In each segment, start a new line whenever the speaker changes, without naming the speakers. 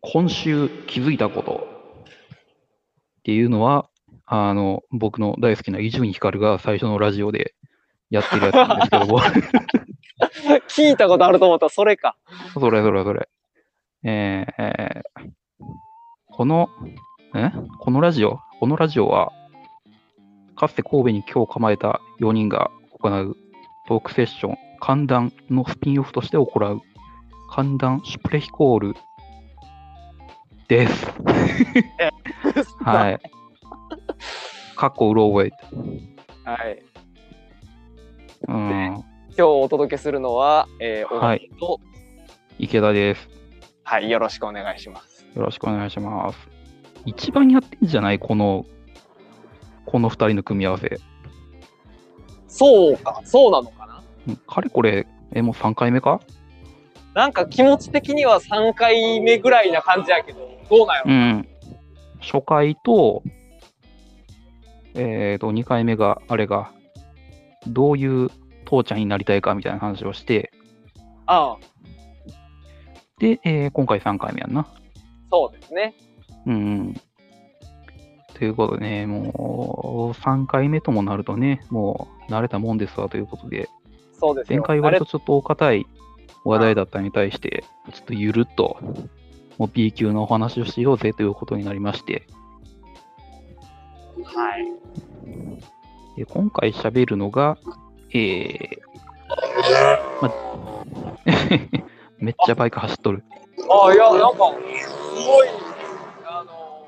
今週気づいたことっていうのは、あの、僕の大好きな伊集院光が最初のラジオでやってるやつなんですけども、
聞いたことあると思った。それか。
それそれそれ。えーえーこの、えこのラジオ、このラジオは、かつて神戸に今日構えた4人が行うトークセッション、寒談のスピンオフとして行う、寒談シュプレヒコールです。はい。かっこうろ覚えて。
はい。
うん。
今日お届けするのは、えー、
は
はいい、と、
池田です。
はい、よろしくお願いします。
よろしくお願いします。一番やってんじゃないこの、この二人の組み合わせ。
そうか、そうなのかな
うんかれこれ、え、もう3回目か
なんか気持ち的には3回目ぐらいな感じやけど、どうなんやろ
うん。初回と、えっ、と、2回目が、あれが、どういう父ちゃんになりたいかみたいな話をして、
ああ、
で、えー今回3回目やんな。
そうですね。
うんうん。ということでね、もう、3回目ともなるとね、もう、慣れたもんですわということで、
そうですよ
前回
あ
割
れ
とちょっとお堅い話題だったのに対して、ちょっとゆるっと、もう B 級のお話をしようぜということになりまして、
はい。
で今回喋るのが、えー、ま、 めっちゃバイク走っとる。
ああ、いや、なんか、すごい、あの、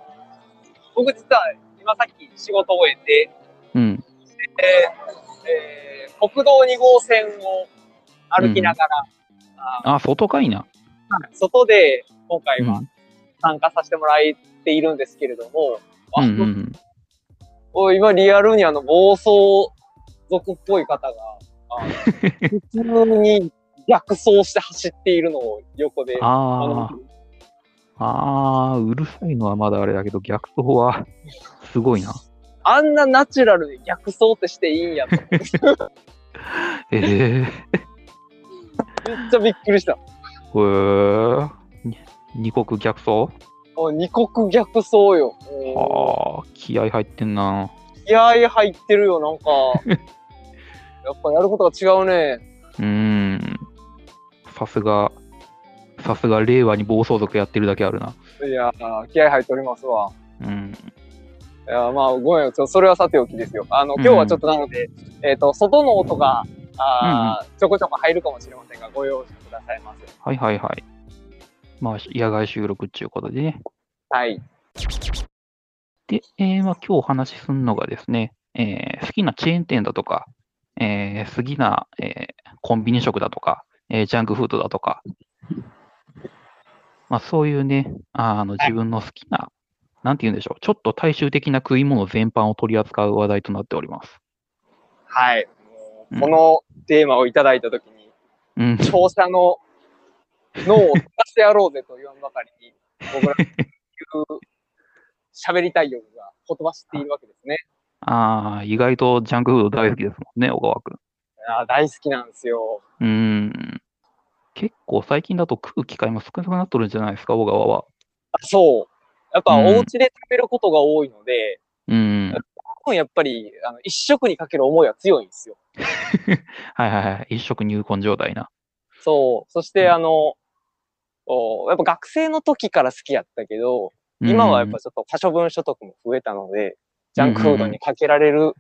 僕実は今さっき仕事を終えて、
うん。
えー、国道2号線を歩きながら、あ
あ、外かいな。
外で今回
う
は
ん。
参加させてもらっているんですけれど
う
も、あ
んうん、
お今リアルにあの暴走族っぽい方が、あ普通に逆走して走っているのを横で、あの
あーあー、うるさいのはまだあれだけど、逆走は すごいな。
あんなナチュラルで逆走ってしていいんやと思って、
え
めっちゃびっくりした。
ー、へーに二国逆走
お二国逆走よ。お
ああ、気合入ってんな。
気合入ってるよ、なんか。やっぱやることが違うね。
うーん。さすが、さすが令和に暴走族やってるだけあるな。
いやー、気合入っておりますわ。
うん。
いやまあごめんちょっとそれはさておきですよ。あの
うん
今日はちょっとなので、えっ、と外の音があー、ちょこちょこ入るかもしれませんがご容赦くださいませ。
はいはいはい。まあ、野外収録っていうことでね。
はい。
で、えーまあ、今日お話しするのがですね、えー好きなチェーン店だとか、えー好きな、えーコンビニ食だとか、えージャンクフードだとか、まあ、そういうね、あの自分の好きな、なんて言うんでしょう、ちょっと大衆的な食い物全般を取り扱う話題となっております。
はい。
うん
このテーマをいただいたときに
うん。
聴者の脳を使してやろうぜと言わんばかりに僕ら喋りたい欲がほとばしっているわけですね。
ああ、意外とジャンクフード大好きですもんね、小川く
あー大好きなんですよ。
ん。うーん。結構最近だと食う機会も少なくなっとるんじゃないですか、小川は。
あそう。やっぱ
うん
お家で食べることが多いので、
うーん。
多分やっぱりあの一食にかける思いは強いんですよ。
はいはいはい。一食入魂状態な。
そう。そして、
うん
あの、おやっぱ学生の時から好きやったけど、今はやっぱちょっと可処分所得も増えたので、ジャンクフードにかけられる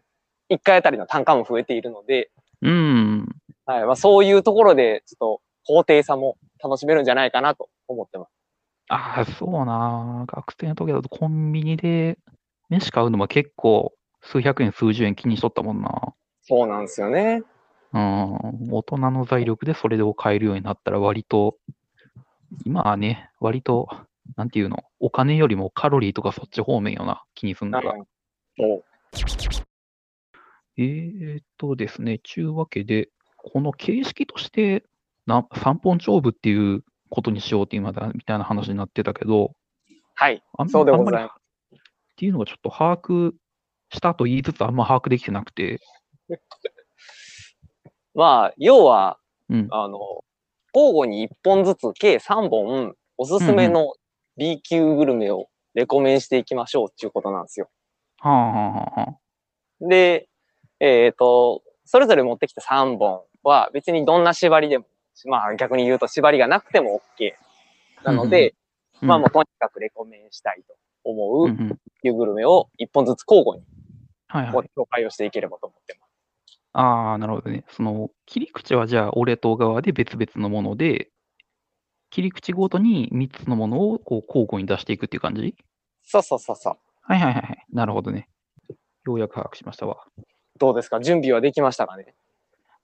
1回あたりの単価も増えているので、
うん。うん。
はいまあ、そういうところで、ちょっと高低差も楽しめるんじゃないかなと思ってます。
ああ、そうな。学生の時だとコンビニで飯買うのも結構数百円、数十円気にしとったもんな。
そうなんですよね。
うん。大人の財力でそれを買えるようになったら割と、今はね、割と、なんていうの、お金よりもカロリーとかそっち方面よな、気にすんだら。
うんそう
えーっとですね、ちゅうわけで、この形式としてな三本勝負っていうことにしようっていうまだみたいな話になってたけど、
はい。
あん
そうで
あん
ご
まり
ざい
っ
ま
ていうのがちょっと把握したと言いつつあんま把握できてなくて、
す。まあ、要は、
うん
あの、交互に1本ずつ計3本、おすすめの B 級グルメをレコメンしていきましょうっていうことなんですよ。
はあ、はあはあはあ、
で、えっ、と、それぞれ持ってきた3本は別にどんな縛りでも、まあ逆に言うと縛りがなくても OK なので、
うん
まあもうとにかくレコメンしたいと思
うん
う
うん
いうグルメを1本ずつ交互に
はい
ご
はい。
紹介をしていければと思ってます。
ああ、なるほどね。その切り口はじゃあ、俺と小川で別々のもので、切り口ごとに3つのものをこう交互に出していくっていう感じ
そうそうそうそう。
はいはいはいはい。なるほどね。ようやく把握しましたわ。
どうですか準備はできましたかね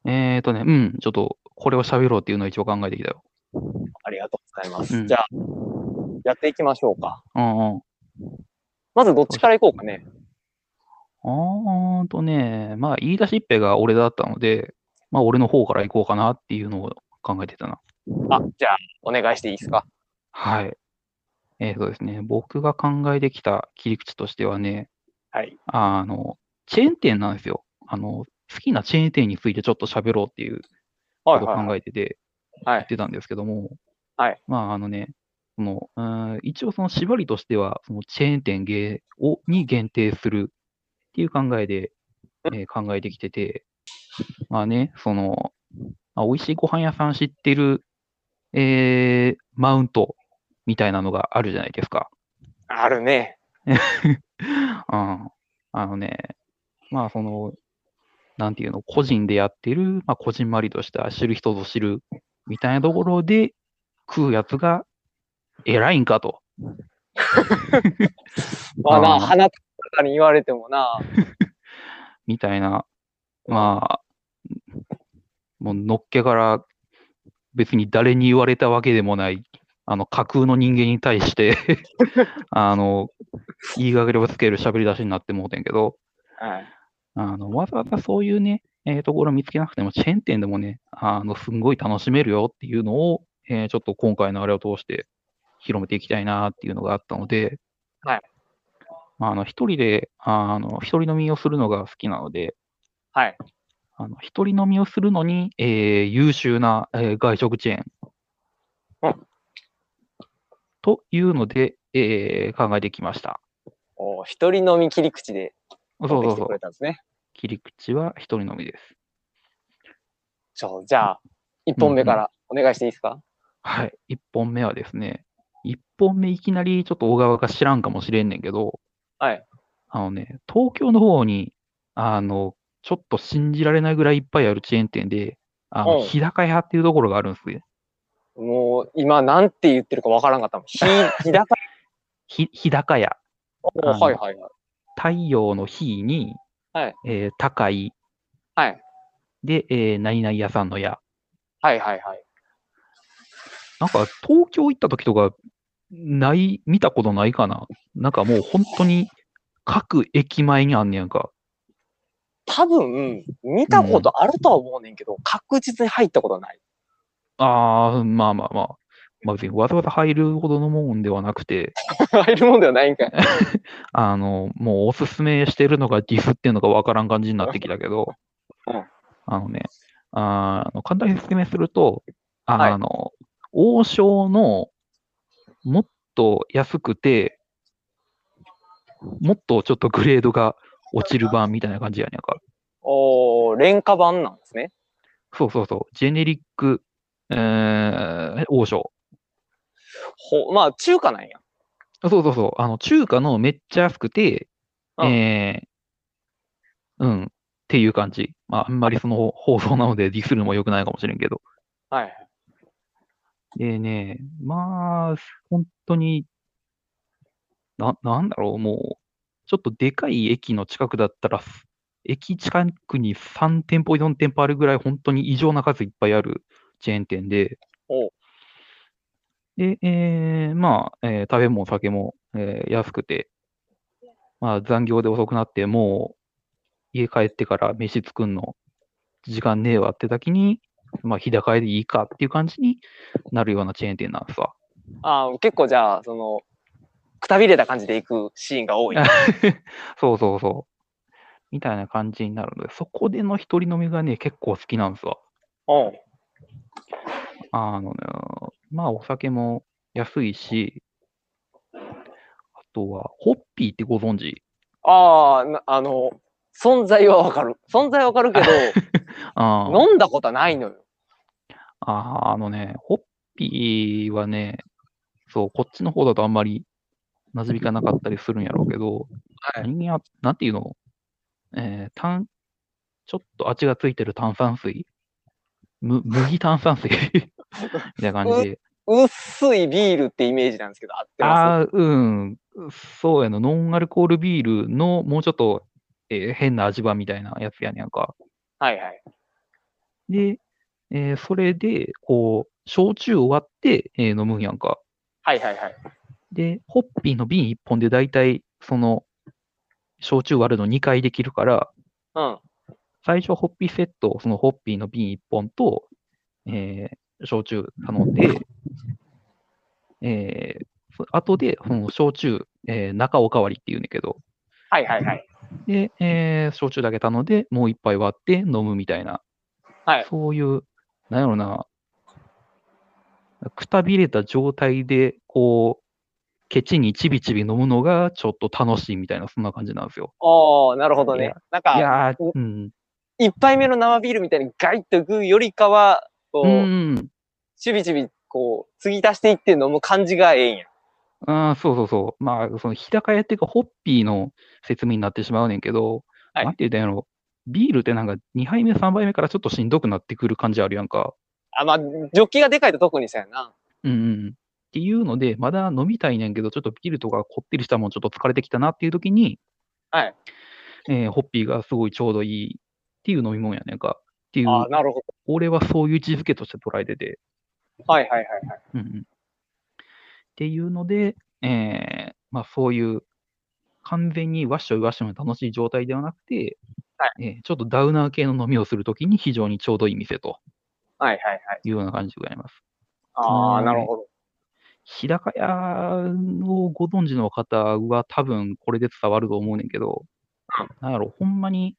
えーとね、うん、ちょっとこれを喋ろうっていうのを一応考えてきたよ。
ありがとうございます。
うん
じゃあ、やっていきましょうか。
うんうん。
まずどっちから行こうかね。
あーとね、まあ言い出しっぺが俺だったので、まあ俺の方から行こうかなっていうのを考えてたな。
あ、じゃあ、お願いしていいですか
はい。えーとですね、僕が考えてきた切り口としてはね、
はい。
あの、チェーン店なんですよ。あの、好きなチェーン店についてちょっと喋ろうっていう
は
こ
い、
とを
はい。
考えてて、
はい
言ってたんですけども、
はい
まああのね、そのうーん一応その縛りとしては、そのチェーン店芸をに限定するっていう考えで、えー考えてきてて、まあね、その、まあ、美味しいご飯屋さん知ってる、えーマウントみたいなのがあるじゃないですか。
あるね。
うん、あのね、まあその、なんていうの、個人でやってる、まあ、こじんまりとした知る人ぞ知るみたいなところで食うやつが偉いんかと。
まあ
あー
な、花とかに言われてもな、
みたいな、まあ、もうのっけから別に誰に言われたわけでもない、あの架空の人間に対して、あの、言いがけをつける喋り出しになってもうてんけど、
はい、
あの、わざわざそういうね、えーところを見つけなくても、チェーン店でもね、あの、すんごい楽しめるよっていうのを、えーちょっと今回のあれを通して広めていきたいなっていうのがあったので、
はい。
まあ、あの、一人で、あの、一人飲みをするのが好きなので、
はい。
あの、一人飲みをするのに、えー優秀な、えー外食チェーン。
うん
というので、えー考えてきました。
お一人飲み切り口で
そう
持っ
そう
てきて
そう
く。れたんですね。
切り口は一人飲みです。
ちょじゃあ、一本目からお願いしていいですか、
はい、1本目はですね、1本目いきなりちょっと小川が知らんかもしれんねんけど、
はい。
あのね、東京の方に、あの、ちょっと信じられないぐらいいっぱいあるチェーン店で、あの、
うん
日高屋っていうところがあるんですよ。
もう、今、なんて言ってるかわからんかったもん。 ひ、ひだか
ひ日高屋。
お
あの
はいはいはい。
太陽の日に、
はい
えー高い。
はい。
で、えー何々屋さんの屋。
はいはいはい。
なんか、東京行った時とか、ない、見たことないかな。なんかもう本当に、各駅前にあんねやんか。
多分、見たことあるとは思うねんけど、確実に入ったことない。
ああ、まあまあまあ。まあ別にわざわざ入るほどのもんではなくて、
入るもんではないんかい。
あの、もうおすすめしてるのがディスってんのかわからん感じになってきたけど
うん、
あのね、あーあの簡単に説明すると、あ
はい
の、王将のもっと安くて、もっとちょっとグレードが落ちる版みたいな感じやねんか。
おー、廉価版なんですね。
そうそうそう、ジェネリック、えー、王将。
ほ、まあ、中華なんや。
あそうそうそう。あの、中華のめっちゃ安くて、
うん
えー、うん、っていう感じ。まあ、あんまりそ の放送なのでディスるのも良くないかもしれんけど。
はい。
でね、まあ、本当に、な、なんだろう、もう、ちょっとでかい駅の近くだったら、す駅近くに3店舗、4店舗あるぐらい、本当に異常な数いっぱいあるチェーン店で
おう、
で、えーまあ、えー食べ物、酒も、えー安くて、まあ、残業で遅くなって、もう、家帰ってから飯作んの、時間ねえわって時に、まあ、日高屋でいいかっていう感じになるようなチェーン店なんですわ。
あー結構じゃあ、その、くたびれた感じで行くシーンが 多い。
そうそうそう。みたいな感じになるので、そこでの一人飲みがね、結構好きなんですわ。
うん。
あのね、まあお酒も安いし、とは、ホッピーってご存知
ああな、あの、存在はわかる。存在はわかる けど、
あー
飲んだことはないのよ。
あー、あのね、ホッピーはね、そう、こっちの方だとあんまり馴染みがなかったりするんやろうけど、
はい。
人間は、なんていうのえー、炭、ちょっと味がついてる炭酸水む麦炭酸 水みたいな感じで。
薄いビールってイメージなんですけど、合ってます
ああー、うん。そうやの、ノンアルコールビールのもうちょっと、えー変な味わいみたいなやつやねんか。
はいはい。
で、えーそれで、こう、焼酎を割って、えー飲むんやんか。
はいはいはい。
で、ホッピーの瓶1本で大体、その、焼酎割るの2回できるから、
うん。
最初ホッピーセット、そのホッピーの瓶1本と、えー焼酎頼んで、えー、そ後で、その焼酎、えー中おかわりっていうんだけど、
はいはいはい。
で、えー焼酎だけ頼んで、もう一杯割って飲むみたいな、
はい
そういう、なんやろな、くたびれた状態で、こう、ケチにちびちび飲むのがちょっと楽しいみたいな、そんな感じなんですよ。
ああ、なるほど
い
ね
や。
なん
い
か、
やー
お
うん。
一杯目の生ビールみたいにガイッとグーよりかは、こ
う
う、
ん。
ちびちび、こう、継ぎ足していって飲む感じがええんや。
あーそうそうそう。まあ、その日高屋っていうか、ホッピーの説明になってしまうねんけど、
はい
なんて言うたんやろ、ビールってなんか2杯目、3杯目からちょっとしんどくなってくる感じあるやんか。
あ、まあ、ジョッキがでかいと特にそうやな。
うんうん。っていうので、まだ飲みたいねんけど、ちょっとビールとかこってりしたもんちょっと疲れてきたなっていう時に、
はい。
えーホッピーがすごいちょうどいいっていう飲み物やねんか。っていう、
あなるほ
俺はそういう位置づけとして捉えてて。
ど。はいはいはいはい。
うんうん。っていうので、えーまあそういう、完全にわっしょいわっしょいの楽しい状態ではなくて、
は
えーちょっとダウナー系の飲みをするときに非常にちょうどいい店と
はいはいはい。
いうような感じでございます。
あ
う
あ、
ん
なる ほど。
日高屋をご存知の方は多分これで伝わると思うねんけど、なんやろ、ほんまに、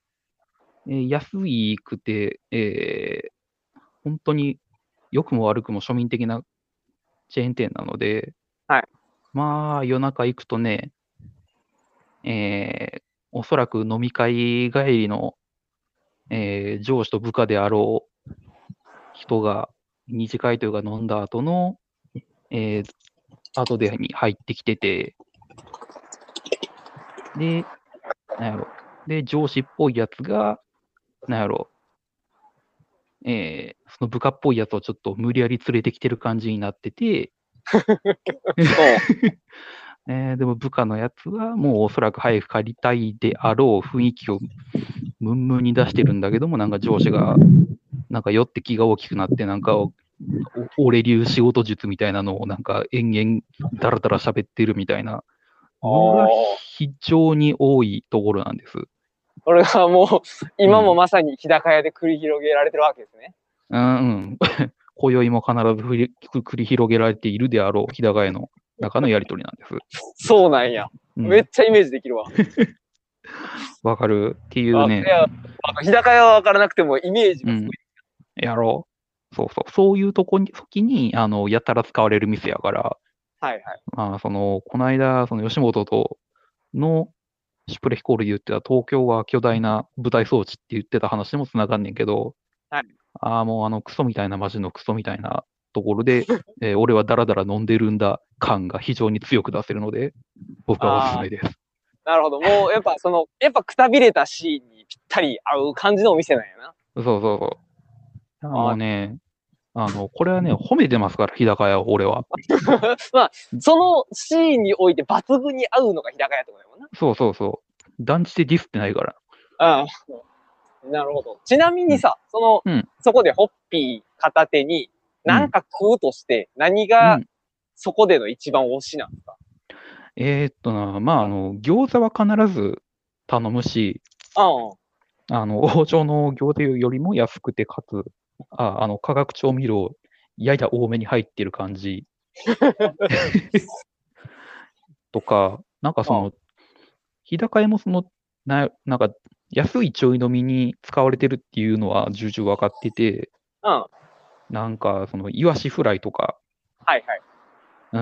えー安いくて、えー本当に良くも悪くも庶民的なチェーン店なので、
はい
まあ夜中行くとね、えーおそらく飲み会帰りの、えー上司と部下であろう人が二次会というか飲んだ後の、えー、後でに入ってきてて、で、なんやろ、で、上司っぽいやつが、なんやろ、えー、その部下っぽいやつをちょっと無理やり連れてきてる感じになってて、えーでも部下のやつはもうおそらく早く帰りたいであろう雰囲気をムンムンに出してるんだけども、なんか上司が、なんか酔って気が大きくなって、なんかお俺流仕事術みたいなのをなんか延々だらだら喋ってるみたいなの
あ
が
ー
非常に多いところなんです。
これがもう、今もまさに日高屋で繰り広げられてるわけですね。
うんうん。 今宵も必ず振り繰り広げられているであろう日高屋の中のやりとりなんです。
そうなんや。
うん
めっちゃイメージできるわ。
わ、かるっていうね
あ。い。やあの日高屋はわからなくてもイメージがすごい。
やろう。そうそう。そういうとこに、時に、あの、やたら使われる店やから、
はいはい。
まあ、その、この間、その、吉本との、シュプレヒコールで言ってた東京は巨大な舞台装置って言ってた話にもつながんねんけど、
はい
ああ、もうあのクソみたいな街のクソみたいなところ で、えー俺はダラダラ飲んでるんだ感が非常に強く出せるので、僕はおすすめです。
なるほど。もう、やっぱその、やっぱくたびれたシーンにぴったり合う感じのお店なんやな。
そうそうそう。だからもうね、あの、これはね、褒めてますから、日高屋を俺は。
まあ、そのシーンにおいて抜群に合うのが日高屋ってことだもんな。
そうそうそう。断じてディスってないから。
ああ、なるほど。ちなみにさ、その、
うん
そこでホッピー片手に、なんか食うとして、何
う
が
ん
そこでの一番推しなんですか、
えーっとな、まあ、あの、餃子は必ず頼むし、
うん、
あの、 王朝の餃子よりも安くて、かつ、あ、あの、化学調味料、やや多めに入ってる感じ。とか、なんかその、日高屋もその、な、なんか、安いちょい飲みに使われてるっていうのは重々分かってて、
うん。は
なんか、その、イワシフライとか、
いはい。
うー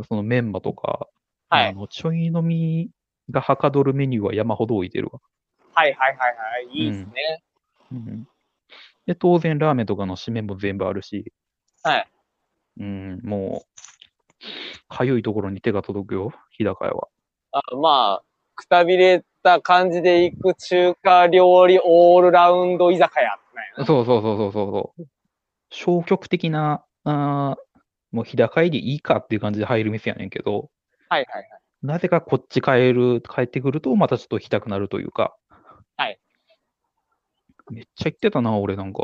ん、そのメンマとか、
はい
あの、ちょい飲みがはかどるメニューは山ほど置いてるわ。
はいはいはいはい。いいですね。
うん、で、当然ラーメンとかの締めも全部あるし、
はい。
うん、もう、かゆいところに手が届くよ、日高屋は。
あまあ、くたびれた感じで行く中華料理オールラウンド居酒屋なんやな。
そうそうそうそうそうそう。消極的な、あーもう日高屋でいいかっていう感じで入る店やねんけど、
はいはいはい。
なぜかこっち帰る、帰ってくると、またちょっと行きたくなるというか。
はい。
めっちゃ行ってたな、俺なんか。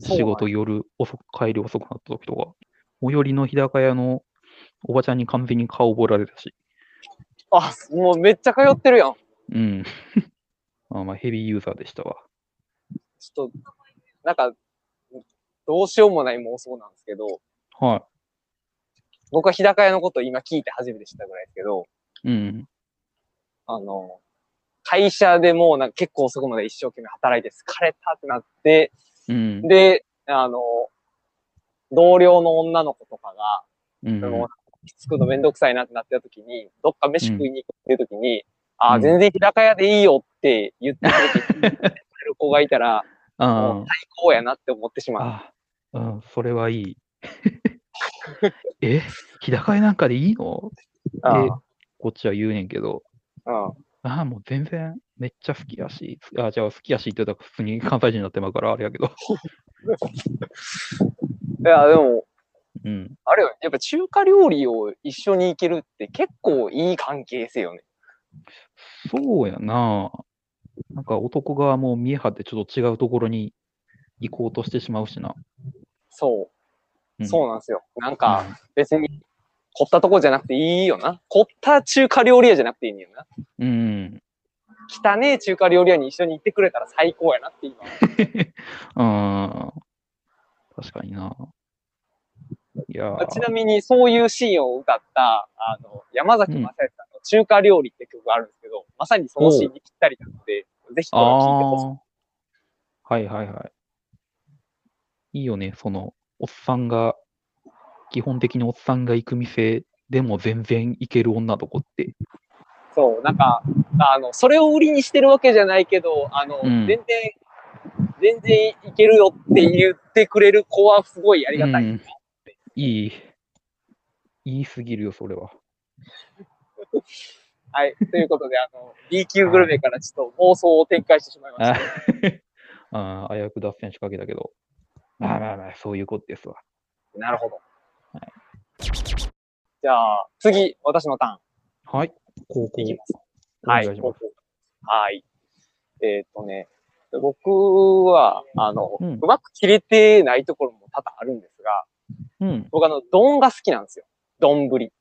そうなん
仕
や
事夜遅く、帰り遅くなった時とか。最寄りの日高屋のおばちゃんに完全に顔ぼられたし。
あ、もうめっちゃ通ってるやん。
うん。 あまあ、ヘビーユーザーでしたわ。
ちょっと、なんか、どうしようもない妄想なんですけど、
は
僕は日高屋のこと今聞いて初めて知ったぐらいですけど、
い。うん。
あの、会社でもうなんか結構遅くまで一生懸命働いて疲れたってなって、
うん。
で、あの、同僚の女の子とかが、
うん
その、作るのめんどくさいなってなってた時に、どっか飯食いに行くっていう時に、あ
う
あ、
ん
全然日高屋でいいよって言ってくれて、くれる子がいたら、も
あ
う最高やなって思ってしまう。
あ。あ、うん、それはいい。 え、日高屋なんかでいいの
うん
でこっちは言うねんけど。
うん
ああ、もう全然、めっちゃ好きやし、あじゃあ好きやしって言ったら普通に関西人になってまうから、あれやけど。
いや、でも、
うん。
あれよ、やっぱ中華料理を一緒に行けるって結構いい関係性よね。
そうやな。なんか男側も見え張ってちょっと違うところに行こうとしてしまうしな。
そうう。
ん
そうなんですよ。なんか、別に、凝ったとこじゃなくていいよな。凝った中華料理屋じゃなくていいんだよな。
うん。
汚ねえ中華料理屋に一緒に行ってくれたら最高やなって今。
うん。確かにな。いやー
ちなみに、そういうシーンを歌った、あの、山崎まさやさんの中華料理って曲があるんですけど、まさにそのシーンにぴったりなので、ぜひこれ
あ
聴いてほしい。
あーはいはいはい。いいよね、その、おっさんが、基本的におっさんが行く店でも全然行ける女の子って。
そう、なんか、あの、それを売りにしてるわけじゃないけど、あの、
うん
全然、全然いけるよって言ってくれる子はすごいあ
あ
りがたい。
いい。いいすぎるよ、それは。
はい。ということで、あの、B 級グルメからちょっと妄想を展開してしまいまし
あ
た。
あー、危うく脱線しかけたけど。まあまあまあ、そういうことですわ。
なるほど。じゃあ、次、私のターン。
はい。高校
いきま。
お
は
願い
い。
します。
はい。えーっ、とね、僕は、あの、
う
うんまく切れてないところも多々あるんですが、
うん。
僕あの、丼が好きなんですよ。丼ぶり。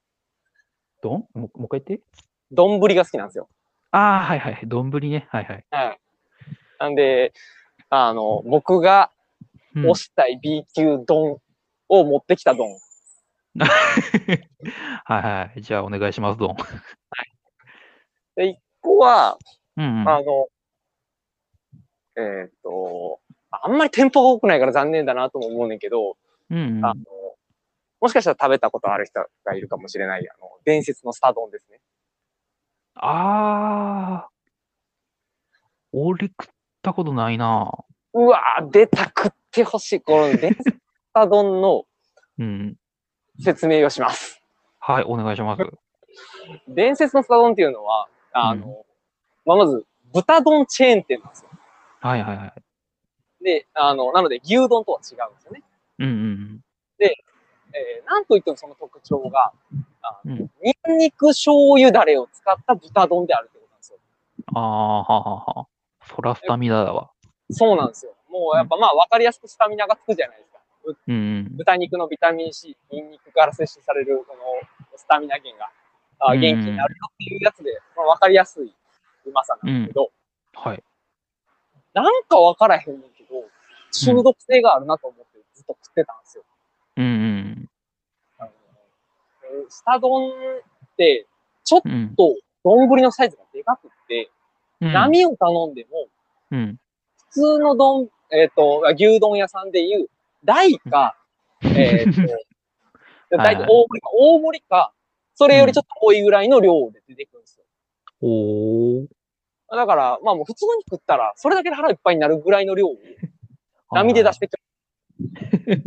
どんもうもう一回言って。
丼ぶりが好きなんですよ。
ああ、はいはい。どんぶりね。はいはい。
はい。なんで、あの、僕が
うん
推したい B 級丼を持ってきた丼。
はいはい。じゃあ、お願いします、どん。
ここは、
うんうん。
あの、えーっ、と、あんまり店舗が多くないから残念だなとも思うねんけど、
うんうん
あの、もしかしたら食べたことある人がいるかもしれない、あの、伝説のスタ丼ですね。
ああ。俺食ったことないな。
うわぁ、出た、食ってほしい。この伝説のスタ丼の
うん。
説明をします。
はい、お願いします。
伝説のスタ丼っていうのは、あの、まあ、まず、豚丼チェーン店なんですよ。
はいはいはい。
で、あの、なので牛丼とは違うんですよね。
うんうん
えー、なんといってもその特徴が、あ
う
の
んうん。
ニンニク醤油ダレを使った豚丼であるってことなんですよ。
ああ、ははは。そらスタミナだわ。
そうなんですよ。もうやっぱまあ、わかりやすくスタミナがつくじゃないですか。
うんうん。
豚肉のビタミン C、ニンニクから摂取されるこのスタミナ源があ
うん
元気になるよっていうやつで、まあ、分かりやすいうまさなんですけど、
はい。
なんか分からへんねんけど、中毒性があるなと思ってずっと食ってたんですよ。
うんうん
あのえースタ丼って、ちょっ
うん。
と丼のサイズがでかくって、
うん。
波を頼んでも、
うん。
普通の丼、えっ、と、牛丼屋さんでいう、 大か、えっ、と、大
はい
と大盛りか、大盛りか、それよりちょっと多いぐらいの量で出てくるんですよ。
おー。
だから、まあもう普通に食ったら、それだけで腹いっぱいになるぐらいの量を波で出してくる。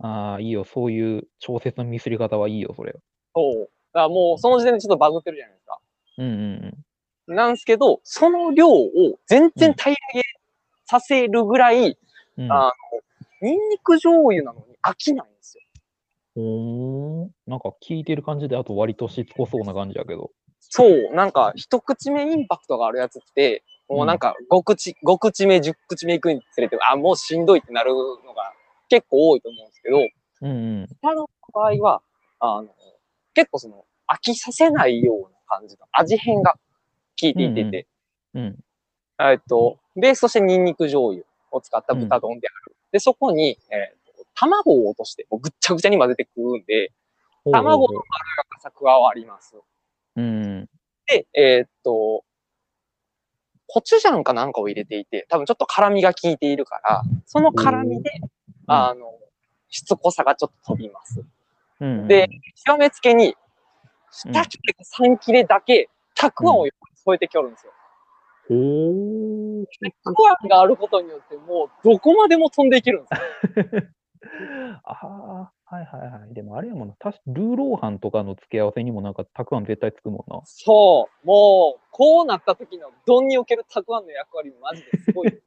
あーあー、いいよ。そういう調節のミスり方はいいよ、それ。
そう。だからもうその時点でちょっとバグってるじゃないですか。
うんうん
なんですけど、その量を全然平らげさせるぐらい、
うん。うん、
あの、ニンニク醤油なのに飽きないんですよ。
おーなんか聞いてる感じで、あと割としつこそうな感じやけど。
そう、なんか一口目インパクトがあるやつって、もうなんか5口、五口目、10口目行くにつれて、あ、もうしんどいってなるのが結構多いと思うんですけど、
うんうん。
他の場合は、あの、結構その飽きさせないような感じの味変が効いていてて、
うん。
えっと、ベースとしてニンニク醤油を使った豚丼である。で、そこに、えーと卵を落として、もうぐっちゃぐちゃに混ぜて食うんで、
ほうほう
卵
ほ
のまろやかさ加わります。
ううん。
で、えーっと、コチュジャンかなんかを入れていて、多分ちょっと辛みが効いているから、その辛みで、あの、しつこさがちょっと飛びます。
うんうん、
で、極めつけ
う
に、
ん
2切れか3切れだけ、たくあんを添えてきょるんですよ。
ほう。
でたくあんがあることによって、もうどこまでも飛んでいけるんですよ。
ああ、はいはいはい。でもあれやもんな、たしルーローハンとかの付け合わせにもなんかたくあん絶対つくもんな。
そう、もう、こうなった時の丼におけるたくあんの役割、マジですごい。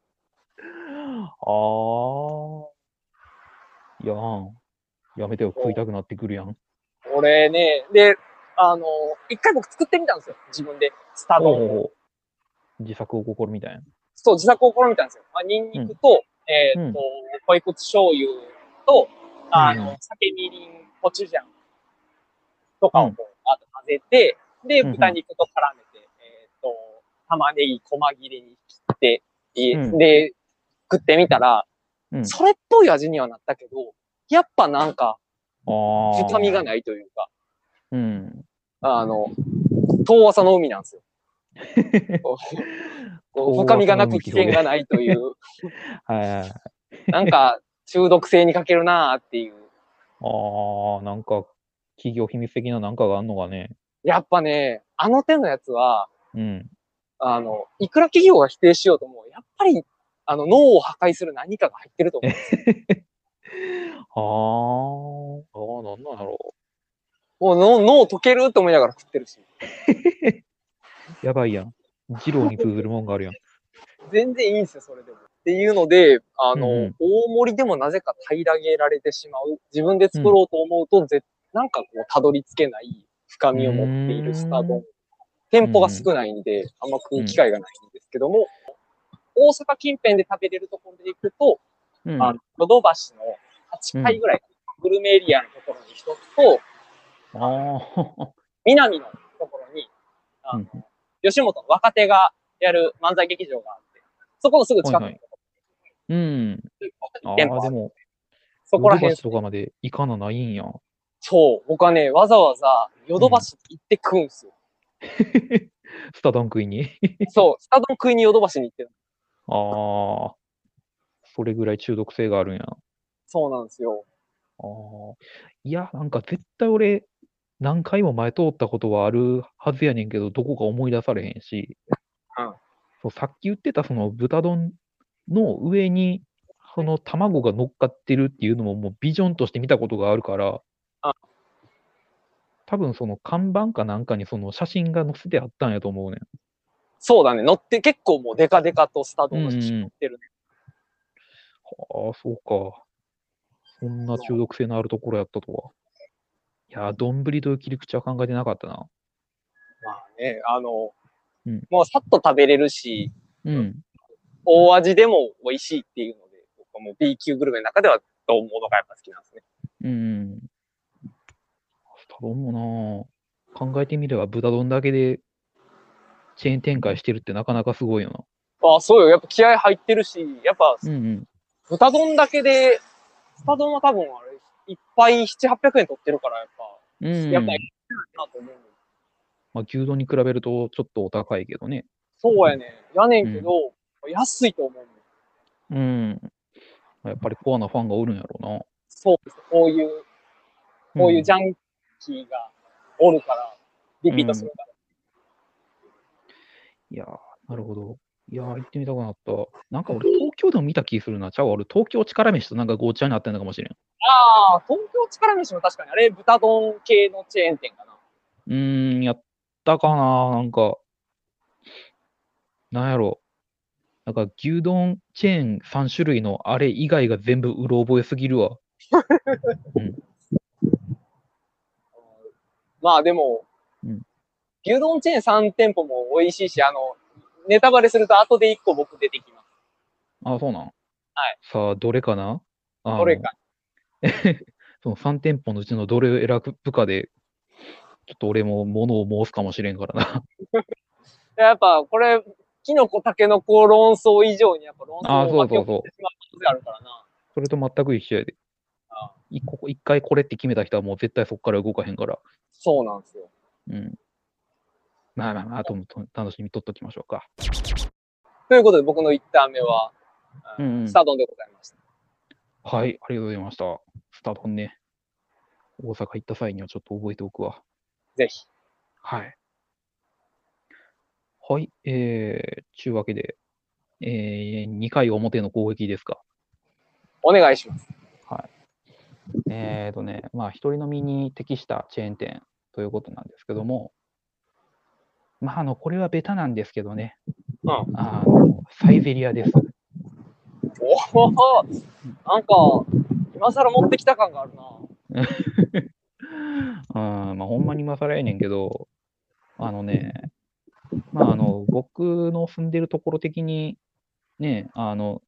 ああ。やん。やめてよ、食いたくなってくるやん。
俺ね、で、あの、一回僕作ってみたんですよ。自分で、スタ丼を。
おう自作を試みたいな。
そう、自作を試みたんですよ。まあ、ニンニクと、えーっと、ホイコツ醤油と、あの、
うん
酒みりん、コチュジャンとかをこうあと混ぜて、で、
うんうん
豚肉と絡めて、えーっと、玉ねぎ、細切れに切って、い
うん
で、食ってみたら、
うん、
それっぽい味にはなったけど、やっぱなんか、
ああ。
深みがないというか、
うん。
あの、遠浅の海なんですよ。こう深みがなく危険がないという、
はいはいはい。
なんか中毒性に欠けるなーっていう。
ああ、なんか、企業秘密的ななんかがあんのがね。
やっぱね、あの手のやつは、
うん。
あの、いくら企業が否定しようとも、やっぱり、あの、脳を破壊する何かが入ってると思う。
ああ。ああ、なんなんやろう。
もう脳脳溶けると思いながら食ってるし。
やばいやん。二郎に通ずるもんがあるやん。
全然いいんですよ、それでも。っていうので、あの、
うんうん
大盛りでもなぜか平らげられてしまう。自分で作ろうと思うと、ぜなんかこう、たどり着けない深みを持っているスター
う
ト
ん。
店舗が少ないんで、あんま食う機会がないんですけども、大阪近辺で食べれるところで行くと、
うん
あの、ヨドバシの8階ぐらい、グルメエリアのところに一つと、
あ
南のところに、あ
あ。
の吉本の若手がやる漫才劇場があって、そこのすぐ近く
は
に
い うん。ああ、で
店舗ある
も、
そこら
ヨドバ
辺
シ、とかまで行かなないん や。
そう、僕はね、わざわざヨドバシ行って食うんですよ。
スタダンクインに。
そう、スタ丼食いにヨドバシに行ってる。
ああ。それぐらい中毒性があるんや。あ
そうなんですよ。
あ。いや、なんか絶対俺、何回も前通ったことはあるはずやねんけど、どこか思い出されへんし。
うん
そうさっき言ってたその豚丼の上に、その卵が乗っかってるっていうのももうビジョンとして見たことがあるから
あ、
多分その看板かなんかにその写真が載せてあったんやと思うねん。
そうだね、乗って結構もうデカデカとスタ丼の写
うんう
真
ん
乗ってるね。
ああ、そうか。そんな中毒性のあるところやったとは。いやー、丼という切り口は考えてなかったな。
まあね、あの、
うん
もうさっと食べれるし、
うん。
大味でも美味しいっていうので、僕はもう B 級グルメの中ではどうものがやっぱ好きなんですね。
うん。スタ丼もなあ考えてみれば豚丼だけでチェーン展開してるってなかなかすごいよ
ああ、そうよ。やっぱ気合入ってるし、やっぱ
な。うんうん。
豚丼だけで、スタ丼は多分あれ、いっぱい7、800円取ってるから、やっ
う
ぱ、
ん、
やっぱいいなと思う。
まあ、牛丼に比べるとちょっとお高いけどね。
そうやね。やねんけど、安いと思うねん。
うん。やっぱりコアなファンがおるんやろうな。
そうです。こういう、こういうジ
ャ
ャンキーが、おるから、リピートするから。
いやー、なるほど。いやー、行ってみたくなった。なんか俺、東京でも見た気するな。ちゃうわ俺、東京力飯となんかごちゃになってんのかもしれん。
ああ、東京力飯も確かに、あれ、豚丼系のチェーン店かな。
うーん、やったかななんか、なんやろ。なんか牛丼チェーン3種類のあれ以外が全部うろ覚えすぎるわ。
まあでも、
うん
牛丼チェーン3店舗も美味しいし、あの、ネタバレすると後で1個僕出てきます。。
あ、そうなんはいさあ、どれかなあの
これか。
その3店舗のうちのどれを選ぶかで、ちょっと俺も物を申すかもしれんからな。
やっぱこれ、キノコ、タケノコ論争以上にやっぱ論
あー
争を巻き
そうそうそう
起こってしまう可能性あるからな。
それと全く一緒やで
あ。
いここ一回これって決めた人はもう絶対そこから動かへんから。
そうなんですよ。
うん。まあまあまあ、あともと楽しみ取っときましょうか。
ということで僕の1ターン目は、う
うんうん
ん、スタドンでございました。
はい、ありがとうございました。スタートね。大阪行った際にはちょっと覚えておくわ。
ぜひ。
はい。はい、えー、ちゅうわけで、えー、2回表の攻撃ですか。
お願いします。
えーとね、まあ、一人飲みに適したチェーン店ということなんですけども、まあ、あの、これはベタなんですけどね、
うん
あのサイゼリアです。
おおなんか、今更持ってきた感があるな。
うん、まあ、ほんまに今更やねんけど、あのね、まあ、あの、僕の住んでるところ的に、ね、あの、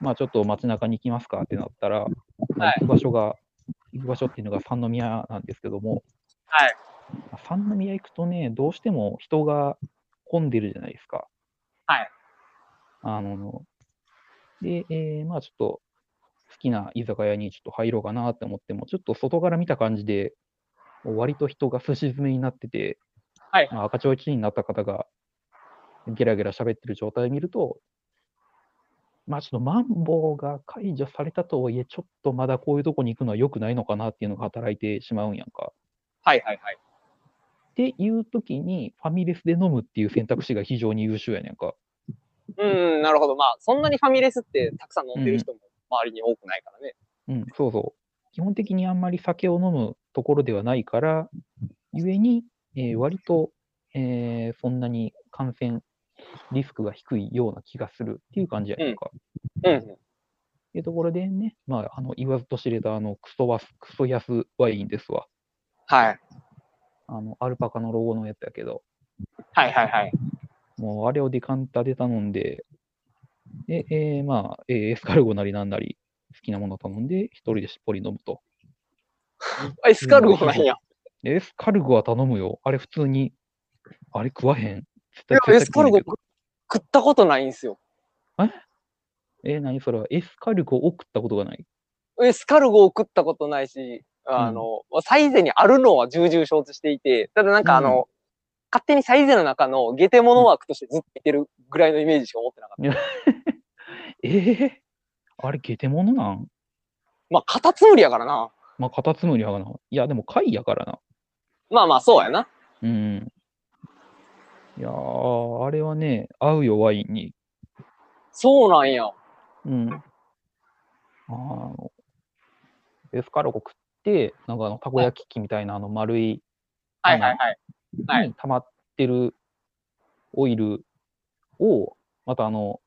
まあ、ちょっと街中に行きますかってなったら、まあ
はい
行く場所が、行く場所っていうのが三宮なんですけども、
はい。
まあ三宮行くとね、どうしても人が混んでるじゃないですか。
はい。
あの、で、えーまあちょっと、好きな居酒屋にちょっと入ろうかなって思っても、ちょっと外から見た感じで、もう割と人がすし詰めになってて、
はい
まあ、赤ちょうちんになった方が、ゲラゲラ喋ってる状態を見ると、まあちょっとマンボウが解除されたとはいえ、ちょっとまだこういうとこに行くのは良くないのかなっていうのが働いてしまうんやんか。
はいはいはい。
っていう時に、ファミレスで飲むっていう選択肢が非常に優秀やねんか。
うん、なるほど。まあ、そんなにファミレスってたくさん飲んでる人も周りに多くないからね。
うん、そうそう。基本的にあんまり酒を飲むところではないから、ゆえに、えー割と、えーそんなに感染リスクが低いような気がするっていう感じやねんか。
うん。
っていうところでね、まあ、あの言わずと知れたあのクソワスクソ安ワインですわ。
はい。
あのアルパカのロゴのやつやけど。
はいはいはい。
もうあれをデカンタで頼んで、で、えーまあ、えーエスカルゴなりなんなり好きなもの頼んで、一人でしっぽり飲むと。
あエスカルゴなんや。
でエスカルゴは頼むよ。あれ普通に、あれ食わへん。絶
いやエ
絶
スカル
食わ
ゴ
へんけど
食ったことないんですよ。
えー何それはエスカルゴを食ったことがない。
エスカルゴを食ったことないし、あの、サイゼにあるのは重々承知していて、ただなんかあの、勝手にサイゼの中のゲテモノ枠としてずっといてるぐらいのイメージしか思ってなかった。
えー、あれゲテモノなん
まあ、カタツムリやからな。
まあ、カタツムリはな。いや、でも貝やからな。
まあまあ、そうやな。
うん。いやー、あれはね、合うよ、ワインに。
そうなんや。
うん。あの、エスカルゴ食って、なんかあの、たこ焼き器みたいなあの丸い
はいはいはい。はい
に溜まってるオイルを、またあの、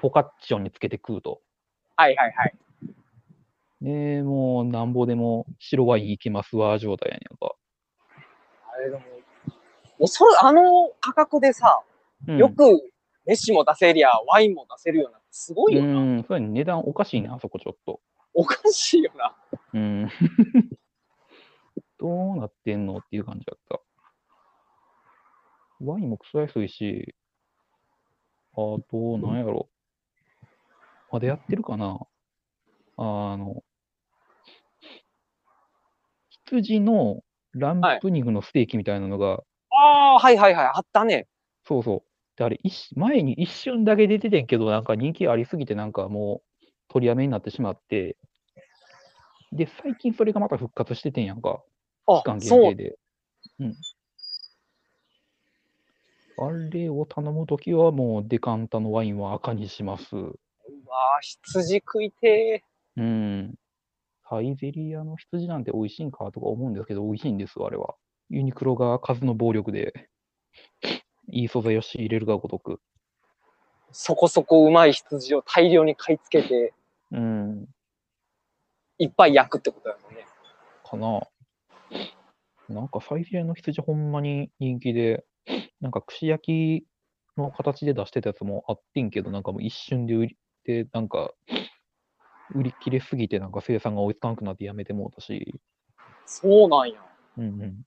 フォカッチョにつけて食うと。
はいはいはい。
ねもうなんぼでも白ワインいけますわ、状態やねんか。
あれでも、おそらあの価格でさ、
うん
よく飯も出せりゃ、ワインも出せるような、すごいよな。
うん、そうやね値段おかしいね、あそこちょっと。
おかしいよな。
うん。 どうなってんのっていう感じだった。ワインもクソ安いし、あと、なんやろ。まだやってるかなあの、羊のランプ肉のステーキみたいなのが、
ああ、はいはいはい、あったね。
そうそう。で、あれ、一瞬前に一瞬だけ出ててんけど、なんか人気ありすぎて、なんかもう取りやめになってしまって、で、最近それがまた復活しててんやんか。
ああ
期間、限
そう
定。で。うん。あれを頼むときはもうデカンタのワインは赤にします。
うわあ、羊食いて
うん。サイゼリアの羊なんて美味しいんかとか思うんですけど、美味しいんです、あれは。ユニクロが数の暴力 で、いい素材を仕入れるがごとく。
ー、そこそこうまい羊を大量に買い付けて、
うん。
いっぱい焼くってことだもんね。
かな。なんかサイゼリアの羊ほんまに人気で、なんか串焼きの形で出してたやつもあってんけど、なんかもう一瞬で売りで、なんか、売り切れすぎて、なんか生産が追いつかなくなってやめてもうたし、
そうなんや。
うんうん。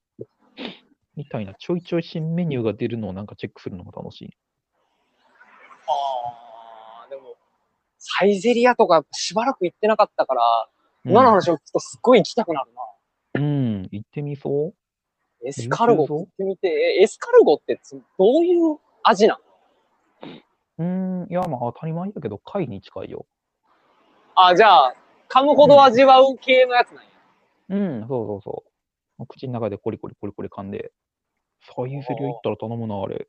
みたいな、ちょいちょい新メニューが出るのをなんかチェックするのが楽しい。
あー、でも、サイゼリアとかしばらく行ってなかったから、今の話を聞くとすっごい行きたくなるな。
うん、うん、行ってみそう
エスカルゴ
行く
食
ぞ
ってみて、えエスカルゴってつどういう味なの
うん、いや、まあ当たり前やけど、貝に近いよ。
あ、じゃあ、噛むほど味わう系のやつなんや。
うん、そうそうそう。口の中でコリコリコリコリ噛んで、サイゼリア行ったら頼むな、あれ。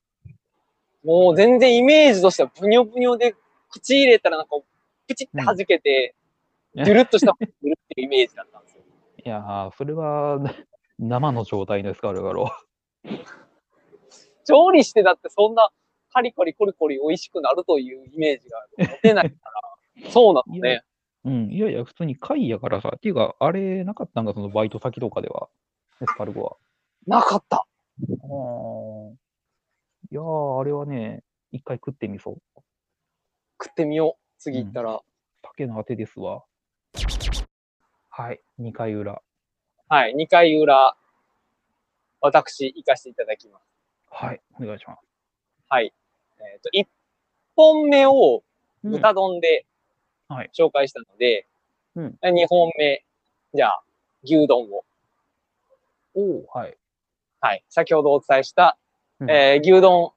もう全然イメージとしてはブニョブニョで、口入れたらなんか、プチって弾けて、
う
ド
ん
ゥルッとしたものが出るっていうイメージだったんですよ。
いやー、それは 生の状態ですからだろ
調理してだってそんな、カリカリコリコリ美味しくなるというイメージが持てない から、そうなの
い
ね。
う。うん、いやいや、普通に貝やからさ。っていうか、あれなかったんか、そのバイト先とかでは、エスカルゴは。
なかった。
いやー、あれはね、一回食ってみそう。
食ってみよう。次行ったら。
竹のあてですわ。はい、2回裏。
はい、2回裏、私、行かせていただきます。
はい、お願いします。
はい。えっ、と、1本目を
うん
豚丼で
はい
紹介したので、
うん
2本目、じゃあ、牛丼を。
おーはい。
はい。先ほどお伝えした、
うん
えー牛丼、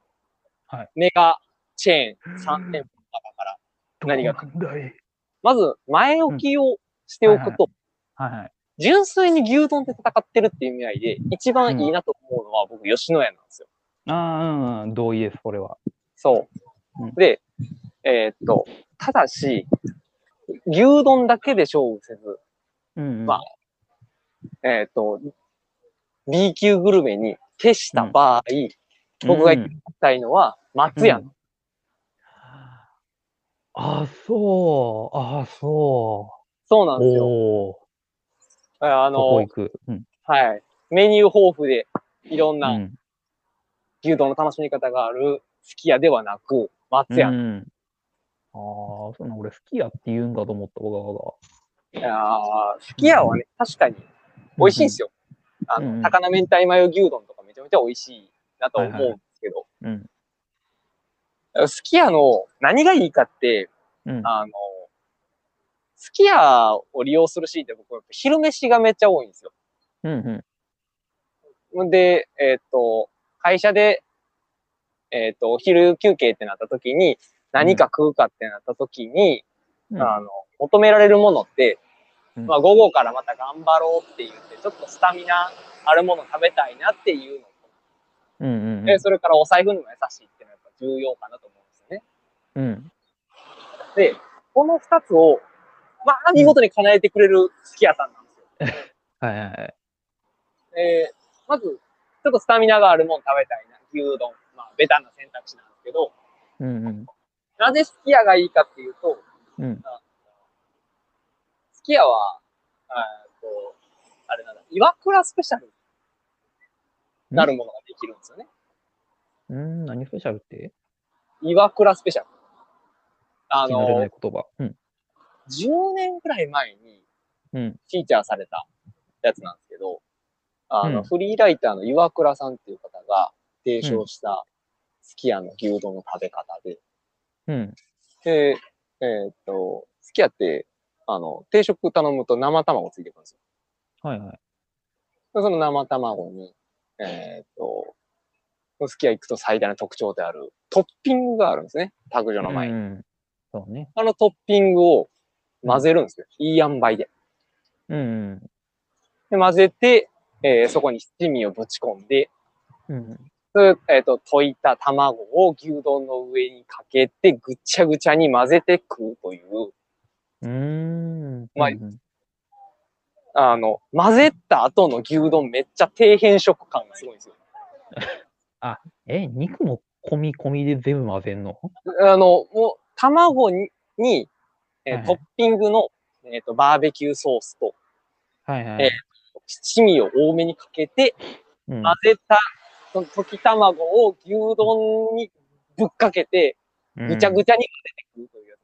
はい
メガチェーン3店舗の中から、何が
どうなんだい
まず前置きをしておくと、
はいはい。
純粋に牛丼で戦ってるっていう意味合いで、一番いいなと思うのは僕、吉野家なんですよ。
あー、うん、同意です、それは。
そう。
うん
で、えーっと、ただし、牛丼だけで勝負せず、
うん、うん。
まあえーっと、B 級グルメに徹した場合、僕が言
うん
たいのは松屋、
うんあ、そう、あ、そ
そう
う。
なんですよ。
おお、
あ
そこ
の
行、く。うん。
はい。メニュー豊富で、いろん
う
なん牛丼の楽しみ方がある、すき家ではなく、松屋。
うん、ああ、そうなん、俺、好きやって言うんかと思った、小川が。
あーすき家はね、確かに美味しいんですよ。あ
うんうん
の、高菜明太マヨ牛丼とかめちゃめちゃ美味しいなと思うんですけ
はいはい
ど、すき家の何がいいかって、
うん。
あの、すき家を利用するシーンって僕、昼飯がめっちゃ多いんですよ。
うん。うん。
で、えーっと、会社で、えーっと、お昼休憩ってなった時に、何か食うかってなった時に、
うん
あの、求められるものって、
うん
まあ午後からまた頑張ろうって言って、ちょっとスタミナあるもの食べたいなっていうのと、
うん。うん。
でそれからお財布にも優しいっていうのはやっぱ重要かなと思うんですよね。
うん。
で、この二つを、まあ見事に叶えてくれるすき家さんなんですよ。
はいはいはい。
えーまず、ちょっとスタミナがあるもの食べたいな。牛丼。まあ、ベタな選択肢なんですけど、
うん。うん。
なぜすき家がいいかっていうと、
うん。
すき家は、あーとあれなんだ、岩倉スペシャルなるものができるんですよね。
うん。何スペシャルって
岩倉スペシャル。あ
聞き慣れな
の
い、言葉。うん。
10年くらい前に
うん。
フィーチャーされたやつなんですけど、あの、
うん
フリーライターの岩倉さんっていう方が提唱した、すき家の牛丼の食べ方で、
うん。
で、えーっと、すき家って、あの、定食頼むと生卵ついてくるんですよ。
はいはい。
でその生卵に、えーっと、すき家行くと最大の特徴である、トッピングがあるんですね。卓上の前に。
うん。そうね。
あのトッピングを混ぜるんですよ。いい塩梅で。
うん。
で、混ぜて、えーそこに七味をぶち込んで、
うん。
それえっ、と、溶いた卵を牛丼の上にかけて、ぐちゃぐちゃに混ぜて食うという、
うん。
まあ
うん
あの、混ぜた後の牛丼めっちゃ低変色感がすごいんですよ。
え、肉も込み込みで全部混ぜんの
あの、もう、卵に、にえー
はいはい
トッピングの、えっ、と、バーベキューソースと、
はいは
え
い。
七味を多めにかけて、
うん
混ぜた、その溶き卵を牛丼にぶっかけて、ぐちゃ
ちゃ。
ぐちゃに混ぜて食うというやつ。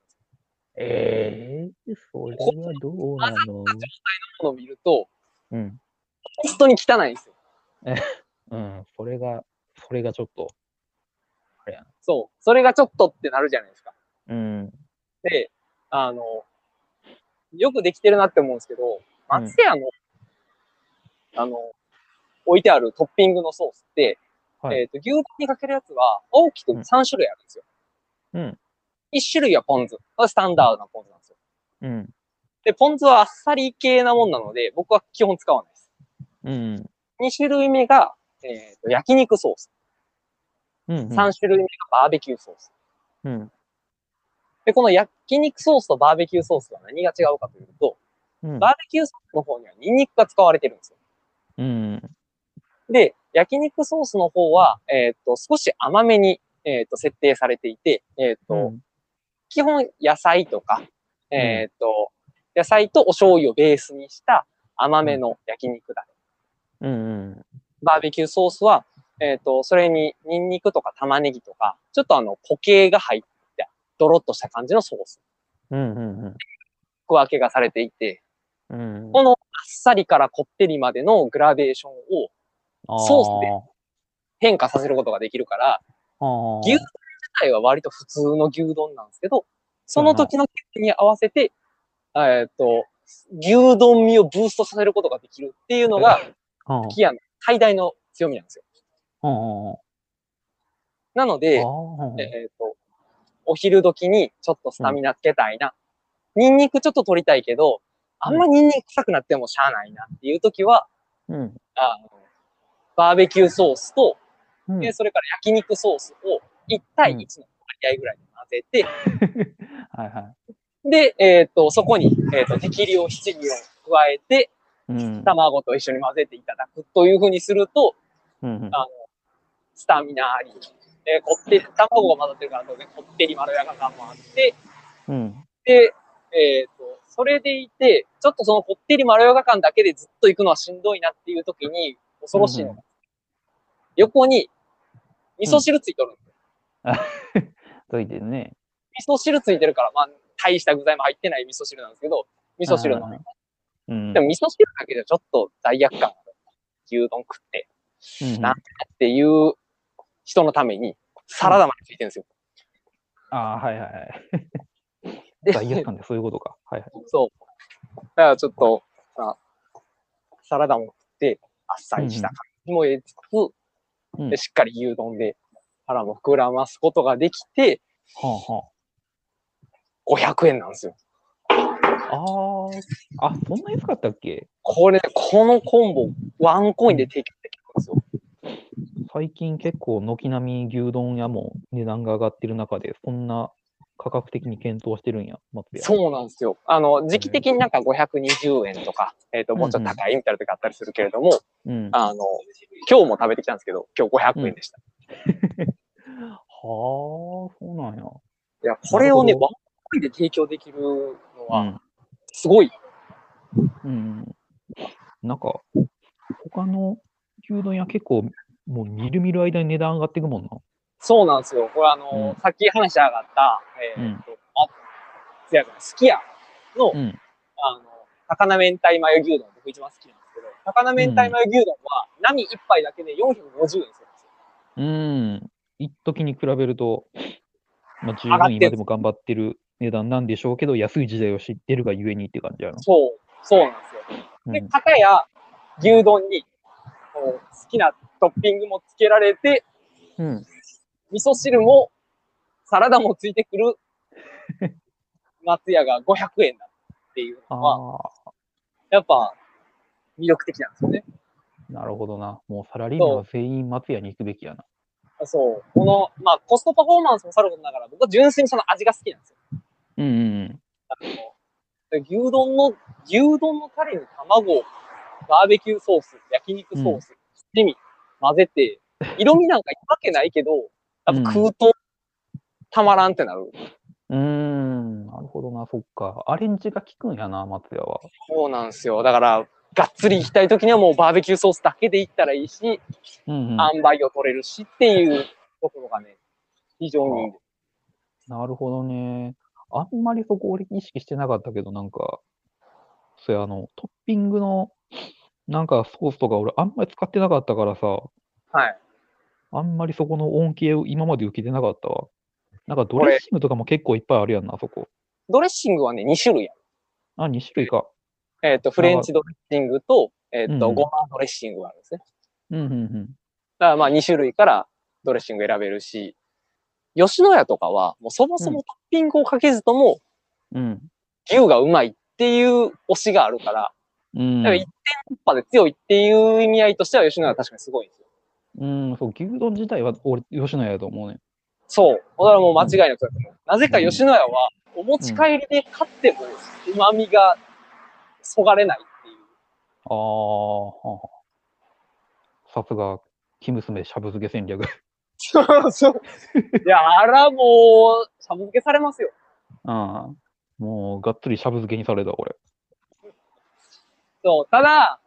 えー、それはどうなの
ものを見ると、
うん。
本当に汚いんですよ。
うん。それが、それがちょっと。
そう。それがちょっとってなるじゃないですか。
うん。
で、あの、よくできてるなって思うんですけど、松屋の、あの、置いてあるトッピングのソースって、
はい
えっ、と、牛丼にかけるやつは、大きく3種類あるんですよ。
うん。
1種類はポン酢。これスタンダードなポン酢なんですよ。
うん。
で、ポン酢はあっさり系なもんなので、僕は基本使わないです。
うん。
2種類目が、えっ、と、焼肉ソース。
うん。
3種類目がバーベキューソース。
うん。
で、この焼肉ソースとバーベキューソースは何が違うかというと、
うん。
バーベキューソースの方にはニンニクが使われてるんですよ。
うん。
で、焼肉ソースの方は、えーっと、少し甘めに、えーっと、設定されていて、えーっと、基本野菜とか、えーっと、野菜とお醤油をベースにした甘めの焼肉だ、ね。
うん。
バーベキューソースは、えーっと、それにニンニクとか玉ねぎとか、ちょっとあの、固形が入った、ドロッとした感じのソース。
うん。うん。
区分けがされていて、
うん。
このあっさりからこってりまでのグラデーションをソースで変化させることができるから、
ス
牛丼自体は割と普通の牛丼なんですけど、その時の気に合わせて、えーっと、牛丼味をブーストさせることができるっていうのが、
あー
キヤの最大の強みなんですよ。
うんうん
なので、
うん
えーっと、お昼時にちょっとスタミナつけたいな。ニンニクちょっと取りたいけど、あんまニンニク臭くなってもしゃあないなっていう時は、
うん
あのバーベキューソースと、
うん
で、それから焼肉ソースを1対1の割合ぐらいで混ぜて、
はいは
で、えっ、と、そこに、えっ、と、適量七味を加えて、
い。うん
卵と一緒に混ぜていただくというふうにすると、
うん
スタミナあり、えーこってり、卵が混ざってるから当然、こってりまろやか感もあって、
うん
で、えっ、と、それでいて、ちょっとそのこってりまろやか感だけでずっと行くのはしんどいなっていう時に、恐ろしいのが、
うん
横に、味噌汁ついとるんですよ
といてね。
味噌汁ついてるから、まあ、大した具材も入ってない味噌汁なんですけど、味噌汁の。
うん。
でも味噌汁だけじゃちょっと罪悪感ある。牛丼食って
うん
なっていう人のために、サラダまでついてるんですよ。
あーはいはいはい。
で、
罪悪感でそういうことか。はいはい。
そう。だからちょっと、あサラダも食って、あっさりした感じも得つつ、
うん
でしっかり牛丼で腹も膨らますことができて、
はあは
500円なんですよ。
あ。あーあ、そんな安かったっけ
これ、このコンボ、ワンコインで提供できるんですよ。
最近結構軒並み牛丼屋も値段が上がってる中で、そんな価格的に検討してるんや、松屋。
そうなんですよ。あの、時期的になんか520円とか、えっ、と、もうちょっと高いみたいな時あったりするけれども、
うん。は
あの、今日も食べてきたんですけど、今日500円でした。
あ、そうなんや。
いや、これをね、
なる
ワン
ほ
コインで提供できるの
う
は、
ん。
すごい、
うん。なんか、他の牛丼屋結構、もうみるみる間に値段上がっていくもんな。
そうなんですよ。これあの、
う
さっき話し上がった、えっ、と、あ、せやから、すき家の、
うん
あの、高菜明太マヨ牛丼、僕一番好きなんですけど、高菜明太マヨ牛丼は、波一杯だけで450円するんですよ。
うん。一時に比べると、まあ、十
上がって
分
る
今でも頑張ってる値段なんでしょうけど、安い時代を知ってるがゆえにって感じやな。
そう、そうなんですよ。
うん
で、かたや牛丼にこう好きなトッピングもつけられて、
うん。
味噌汁もサラダもついてく る松屋が500円だっていうのは、
ああ。
やっぱ魅力的なんですよね。
うなるほどな。もうサラリーマンは全員松屋に行くべきやな。
そう。この、まあ、コストパフォーマンスもさることながら、僕は純粋にその味が好きなんですよ。
うんうん
で牛丼の、牛丼のタレに卵、バーベキューソース、焼肉ソース、七味、混ぜて、色味なんかいいわけないけど、やっぱ食うと、たまらんってなる。
うん。うーん、なるほどな、そっか。アレンジが効くんやな、松屋は。
そうなんですよ。だから、がっつり行きたい時にはもうバーベキューソースだけで行ったらいいし、
うん、うん。
塩梅を取れるしっていうところがね、非常にいいです。
なるほどね。あんまりそこ俺意識してなかったけど、なんか、それあの、トッピングの、なんかソースとか俺あんまり使ってなかったからさ、
はい。
あんまりそこの恩恵を今まで受けてなかったわ。なんかド
これ
レッシングとかも結構いっぱいあるやんな、あそこ。
ドレッシングはね、2種類ある。
あ、2種類か。
えっ、と、フレンチドレッシングと、えっ、と、
うん
ごまドレッシングがあるんですね。
うんうんうん。
だからまあ2種類からドレッシング選べるし、吉野家とかは、もうそもそもトッピングをかけずとも
うん。
牛がうまいっていう推しがあるから、
うん
やっぱ一点突破で強いっていう意味合いとしては吉野家は確かにすごいんですよ。
うん、そう、牛丼自体は俺、吉野家やと思うね。
そう。だからもう間違いなくだと思う。なぜか吉野家は、お持ち帰りで買っても旨味がそがれないっていう。
ああ、はあはあさすが、生娘しゃぶ漬け戦略。
そうそう。いや、あらもう、しゃぶ漬けされますよ。
ああ、もう、がっつりしゃぶ漬けにされた、俺。
そう、ただ、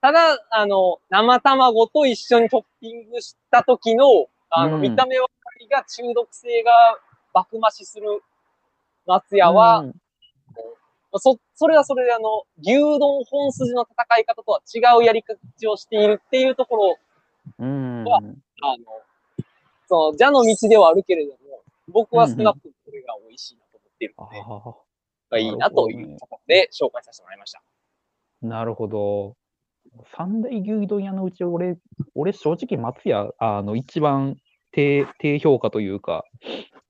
ただ、あの、生卵と一緒にトッピングした時の、あの、
うん
見た目はが中毒性が爆増しする松屋は、
うん、
そ、それはそれであの、牛丼本筋の戦い方とは違うやり口をしているっていうところ、
うん
はあの、その、蛇の道ではあるけれども、僕は少なくともそれが美味しいなと思っている
あ
ので、
あ、
いいなというところで紹介させてもらいました。
なるほど。三大牛丼屋のうち、俺、俺、正直、松屋、あの、一番低、低評価というか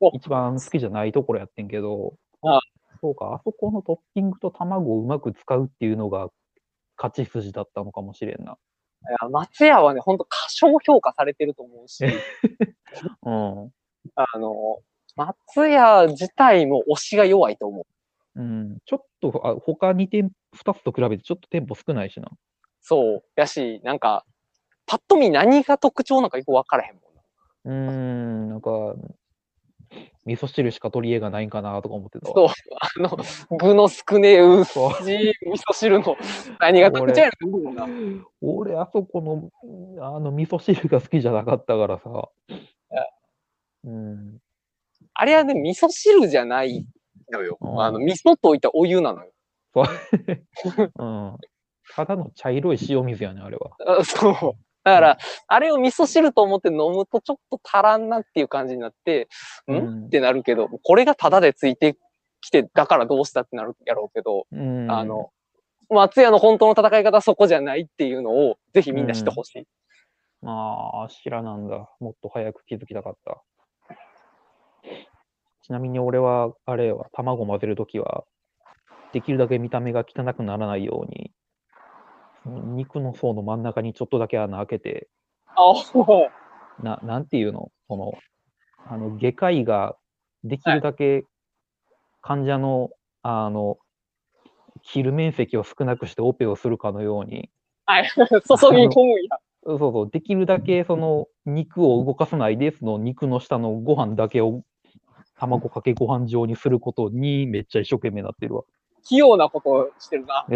お、
一番好きじゃないところやってんけど
ああ、
そうか、あそこのトッピングと卵をうまく使うっていうのが、勝ち筋だったのかもしれんな。
いや、松屋はね、ほんと過小評価されてると思うし、
うん。
あの、松屋自体も推しが弱いと思う。
うん、ちょっと、あ他2店、2つと比べてちょっと店舗少ないしな。
そう。やし、なんか、パッと見何が特徴なんかよくわからへんもんな。
うーん、なんか、味噌汁しか取り柄がないんかなとか思ってた
そう
わ。。
あの、具の少ねえ薄
そう
い味噌汁の何が特徴やろうな。い
俺、あそこの、あの、味噌汁が好きじゃなかったからさ。うん。
あれはね、味噌汁じゃないのよ。
うん
あの、味噌といたお湯なのよ。
うん。ただの茶色い塩水やね、あれは。
あそう。だから、あれを味噌汁と思って飲むとちょっと足らんなっていう感じになって、ん、
うん
ってなるけど、これがタダでついてきて、だからどうしたってなるやろうけど、
うん。
あの、松屋の本当の戦い方はそこじゃないっていうのを、ぜひみんな知ってほしい。
まあ、知らなんだ。もっと早く気づきたかった。ちなみに俺は、あれは、卵混ぜるときは、できるだけ見た目が汚くならないように、その肉の層の真ん中にちょっとだけ穴開けて、
あ、お
ななんていうのその、あの、外科医ができるだけ患者の、あの、切る面積を少なくしてオペをするかのように、
はい、 注ぎ込むや。
そうそう、できるだけその肉を動かさないで、その肉の下のご飯だけを卵かけご飯状にすることにめっちゃ一生懸命なってるわ。
器用なことをしてるな。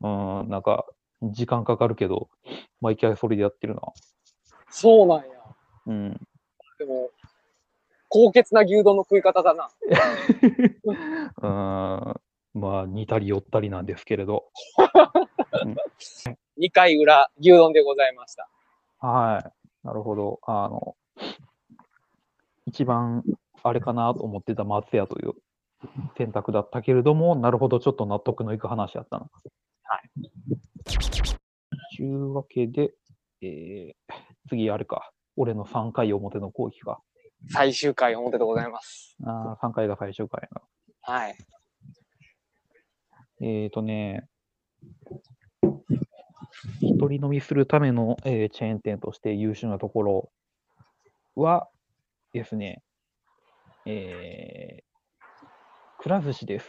うん、なんか、時間かかるけど、毎回それでやってるな。
そうなんや。
うん。
でも、高潔な牛丼の食い方だな。
うん、まあ、似たり寄ったりなんですけれど。
2回裏、牛丼でございました。
はい。なるほど。あの、一番あれかなと思ってた松屋という選択だったけれども、なるほど、ちょっと納得のいく話やったな。。
はい
というわけで、えー次あれか。俺の3回表の攻撃か。
最終回表でございます。
あ3回が最終回や
はい。
な。えっ、ー、とね、一人飲みするための、えーチェーン店として優秀なところはですね、えー、くら寿司です。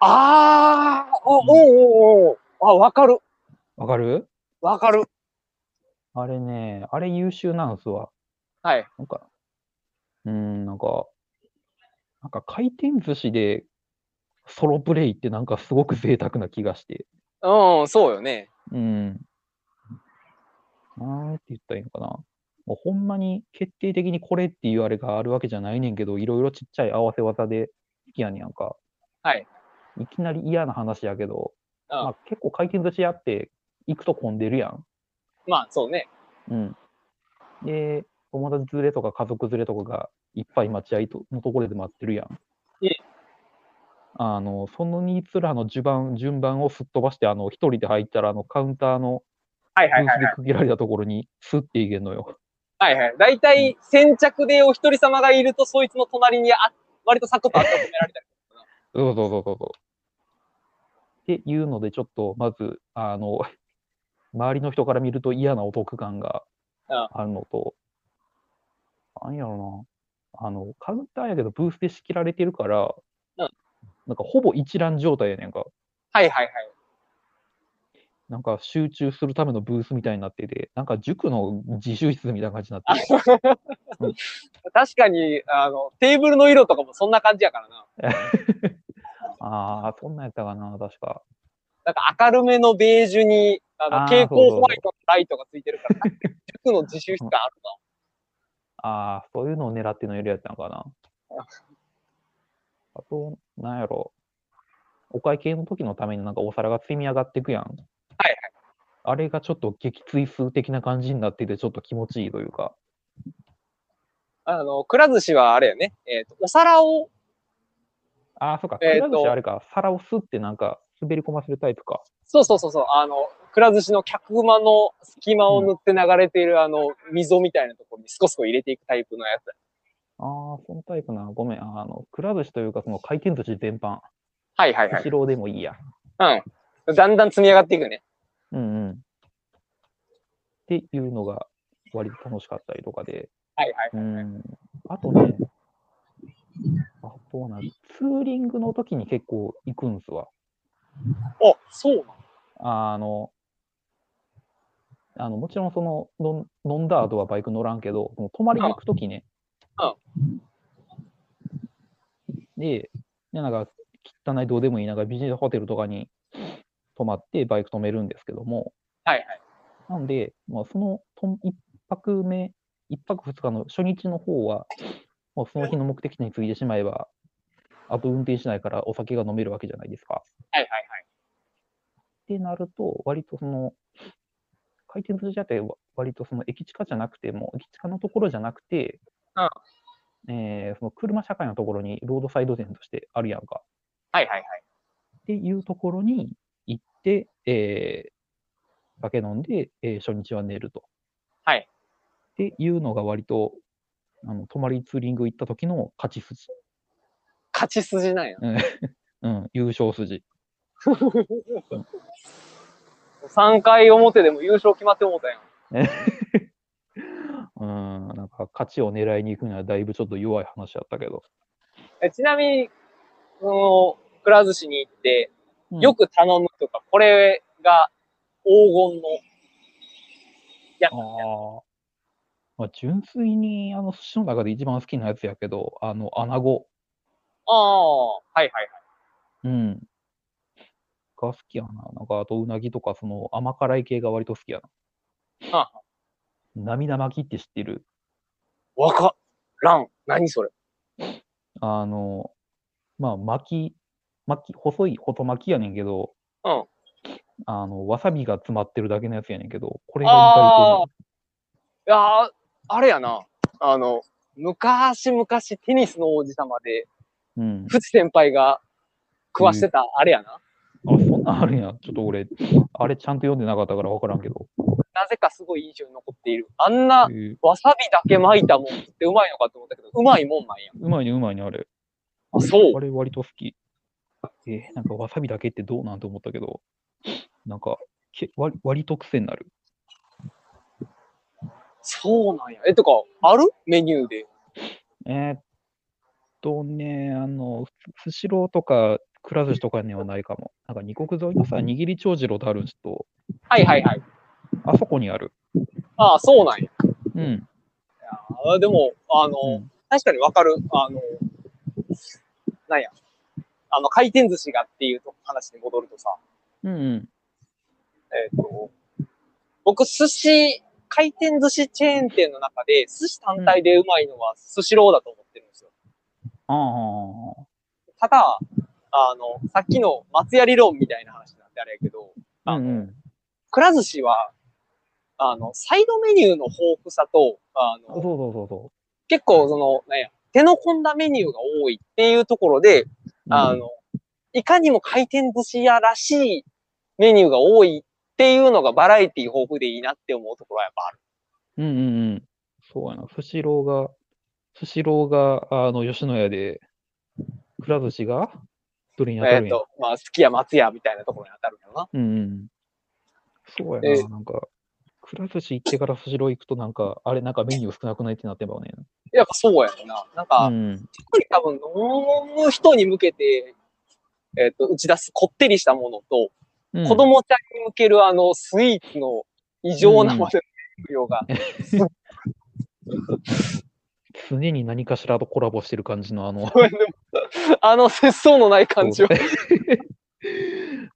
ああ、お、おうおうおうあ、わかる。
わかる
わかる。
あれね、あれ優秀なんすわ。
はい。
なんか、うーん、なんか、なんか回転寿司でソロプレイってなんかすごく贅沢な気がして。
うん、そうよね。
うん。なんて言ったらいいのかな。もうほんまに決定的にこれっていうあれがあるわけじゃないねんけど、いろいろちっちゃい合わせ技で好きやねやんか。
はい。
いきなり嫌な話やけど、
うん
まあ、結構回転寿司やって行くと混んでるやん。
まあ、そうね。
うん。で、友達連れとか家族連れとかがいっぱい待合とのところで待ってるやん。
ええ
あの、そのニーツらの順番、順番をすっ飛ばして、あの、一人で入ったら、あの、カウンターの
はいは
ブ
い
ー
はい
スで
はい。
区切られたところにスッていけんのよ。
はいはい。だいたい先着でお一人様がいると、そいつの隣にあ、割とサクッと温められたり。
そうそうそうそうそう。っていうので、ちょっと、まず、あの、 周りの人から見ると嫌なお得感が
あ
あるのと、なんやろな、あの、カウンターやけどブースで仕切られてるから、
うん
なんかほぼ一覧状態やねんか。
はいはいはい。
なんか集中するためのブースみたいになってて、なんか塾の自習室みたいな感じにな ってて、
確かに、あの、テーブルの色とかもそんな感じやからな。
ああ、そんなんやったかな、確か。
なんか明るめのベージュに、あの、
あー
蛍光ホワイ
そ
トのライトがついてる から、なんか塾の自習室があるな。
ああ、そういうのを狙ってのやるやったのか な
あ。
あと、なんやろ。お会計の時のためになんかお皿が積み上がっていくやん。はい
はい。
あれがちょっと撃墜数的な感じになってて、ちょっと気持ちいいというか。
あの、くら寿司はあれやね、えっ、と、お皿を、
ああ、そっか。く
えー
ら
と
寿司あれか。皿をすってなんか滑り込ませるタイプか。
そうそうそうそう、あの、くら寿司の客間の隙間を塗って流れている、あの、溝みたいなところにスコスコ入れていくタイプのやつ。
ああ、そのタイプな。ごめん。あの、くら寿司というか、その回転寿司全般。
はいはいは
後
い。
ろでもいいや。
うん。だんだん積み上がっていくね。
うんうん。っていうのが割と楽しかったりとかで。
はいはい。
うんあとね、あとはな、ツーリングの時に結構行くんすわ。
あ、そうなの
あの、あのもちろんそのの飲んだ後はバイク乗らんけど、その泊まりに行く時ね。
あ
で、でなんか汚いどうでもいいなんかビジネスホテルとかに泊まってバイク止めるんですけども、
はいはい。
なんで、まあ、そのとん一泊目、一泊二日の初日の方は、まあ、その日の目的地に着いてしまえば、あと運転しないからお酒が飲めるわけじゃないですか。
はいはいはい。
ってなると、割とその、回転寿司屋ってわ割とその駅近じゃなくても、駅近のところじゃなくて、
うん
えーその車社会のところにロードサイド店としてあるやんか。
はいはいはい。
っていうところに行って、えー酒飲んで、えー初日は寝ると。
はい
っていうのが割と、あの泊まりツーリング行った時の勝ち筋、
勝ち筋なんや。
うん、優勝筋。
3回表でも優勝決まって思ったやん。
うん、なんか勝ちを狙いに行くにはだいぶちょっと弱い話だったけど。
えちなみに、その、くら寿司に行って、
うん
よく頼むとか、これが黄金の、
あーまあ、純粋にあの寿司の中で一番好きなやつやけど、あの、穴子、
ああ、はいはいはい。
うん、が好きやな。なんか、あと、うなぎとか、その甘辛い系が割と好きやな。
は
涙巻きって知ってる
わからん。何それ。
あの、まあ、巻き、巻き、細い細巻きやねんけど、
うん
あの、わさびが詰まってるだけのやつやねんけど、これが
あ
意
あ
外と、
いやーあれやな。あの、昔々テニスの王子様で、
うん。
藤先輩が食わしてた、あれやな。
あ、そんなんあるんや。ちょっと俺、あれちゃんと読んでなかったから分からんけど。
なぜかすごい印象に残っている。あんな
えー
わさびだけ巻いたもんってうまいのかと思ったけど、うまいもんなんや。
うまいね、うまいね、あれ。
あ、そう
あ。れ割と好き。えーなんかわさびだけってどうなんて思ったけど、なんか、け割割と癖になる。
そうなんや。え、とか、あるメニューで。
えーっとね、あの、スシローとか、くら寿司とかにはないかも。なんか、二国沿いのさ、握り長次郎とあるんですと、
はいはいはい。
あそこにある。
ああ、そうなんや。
うん。
あーでも、あの、
うん
確かにわかる。あの、なんや。あの、回転寿司がっていうと話に戻るとさ、
うんうん。
えっ、と、僕、寿司、回転寿司チェーン店の中で、寿司単体でうまいのは寿司ローだと思ってるんですよ。
ああ
ただ、あの、さっきの松屋理論みたいな話なんであれやけど、
ああああ。うんうん。
くら寿司は、あの、サイドメニューの豊富さと、あ
そう
の、
そうそうそ
結構その、なんや、手の込んだメニューが多いっていうところで、
う。
あの、いかにも回転寿司屋らしいメニューが多いっていうのがバラエティ豊富でいいなって思うところはやっぱある。
うんうんうん。そうやな。スシローが、スシローが、あの、吉野家で、くら寿司が、どれに当た
えっ、
るんや。
と、まあ、好きや松屋みたいなところに当たるんだろうな。
うんうん。そう
え
やな。なんか、くら寿司行ってからスシロー行くと、なんか、あれ、なんかメニュー少なくないってなってばね。
やっぱそうやんな。なんか、
うん。
特に多分飲む人に向けて、えっ、と、打ち出すこってりしたものと、
うん
子供ちゃんに向けるあの、スイーツの異常なまでの量が、
常に何かしらとコラボしてる感じの、あ の、
あの、節操のない感じは。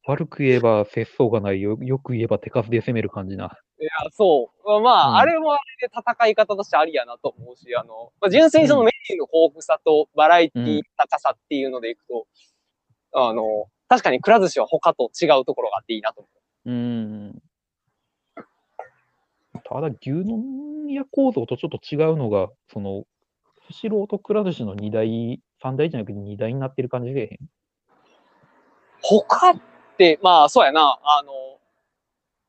悪く言えば節操がないよ、よく言えば手数で攻める感じな。
いや、そう。まあ、まあ
うん
あれもあれで戦い方としてありやなと思うし、あの、まあ、純粋にそのメニューの豊富さとバラエティ
うん
高さっていうのでいくと、あの、確かにくら寿司は他と違うところがあっていいなと思う。
うん。ただ、牛丼屋構造とちょっと違うのが、その、スシローとくら寿司の2台、3台じゃなくて2台になってる感じで
他って、まあ、そうやな、あの、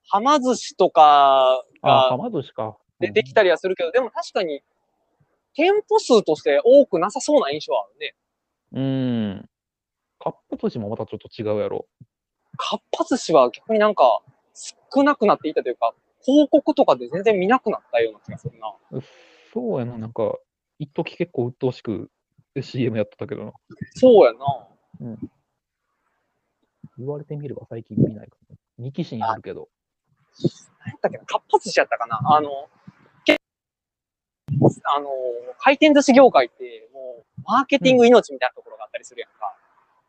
はま寿司とか
ああ、は
が
ま寿司か。
出てきたりはするけど、でも確かに、店舗数として多くなさそうな印象はあるね。
うん。かっぱ寿司もまたちょっと違うやろ。
かっぱ寿司は逆になんか少なくなっていたというか、広告とかで全然見なくなったような気がするな。
そうやな、なんか、一時結構鬱陶しく CM やってたけどな。
そうやな。
言われてみれば最近見ないかも。二期新あるけど。
何やったっけな、かっぱ寿司やったかな。あの、けあの、回転寿司業界って、もう、マーケティング命みたいなところがあったりするやんか。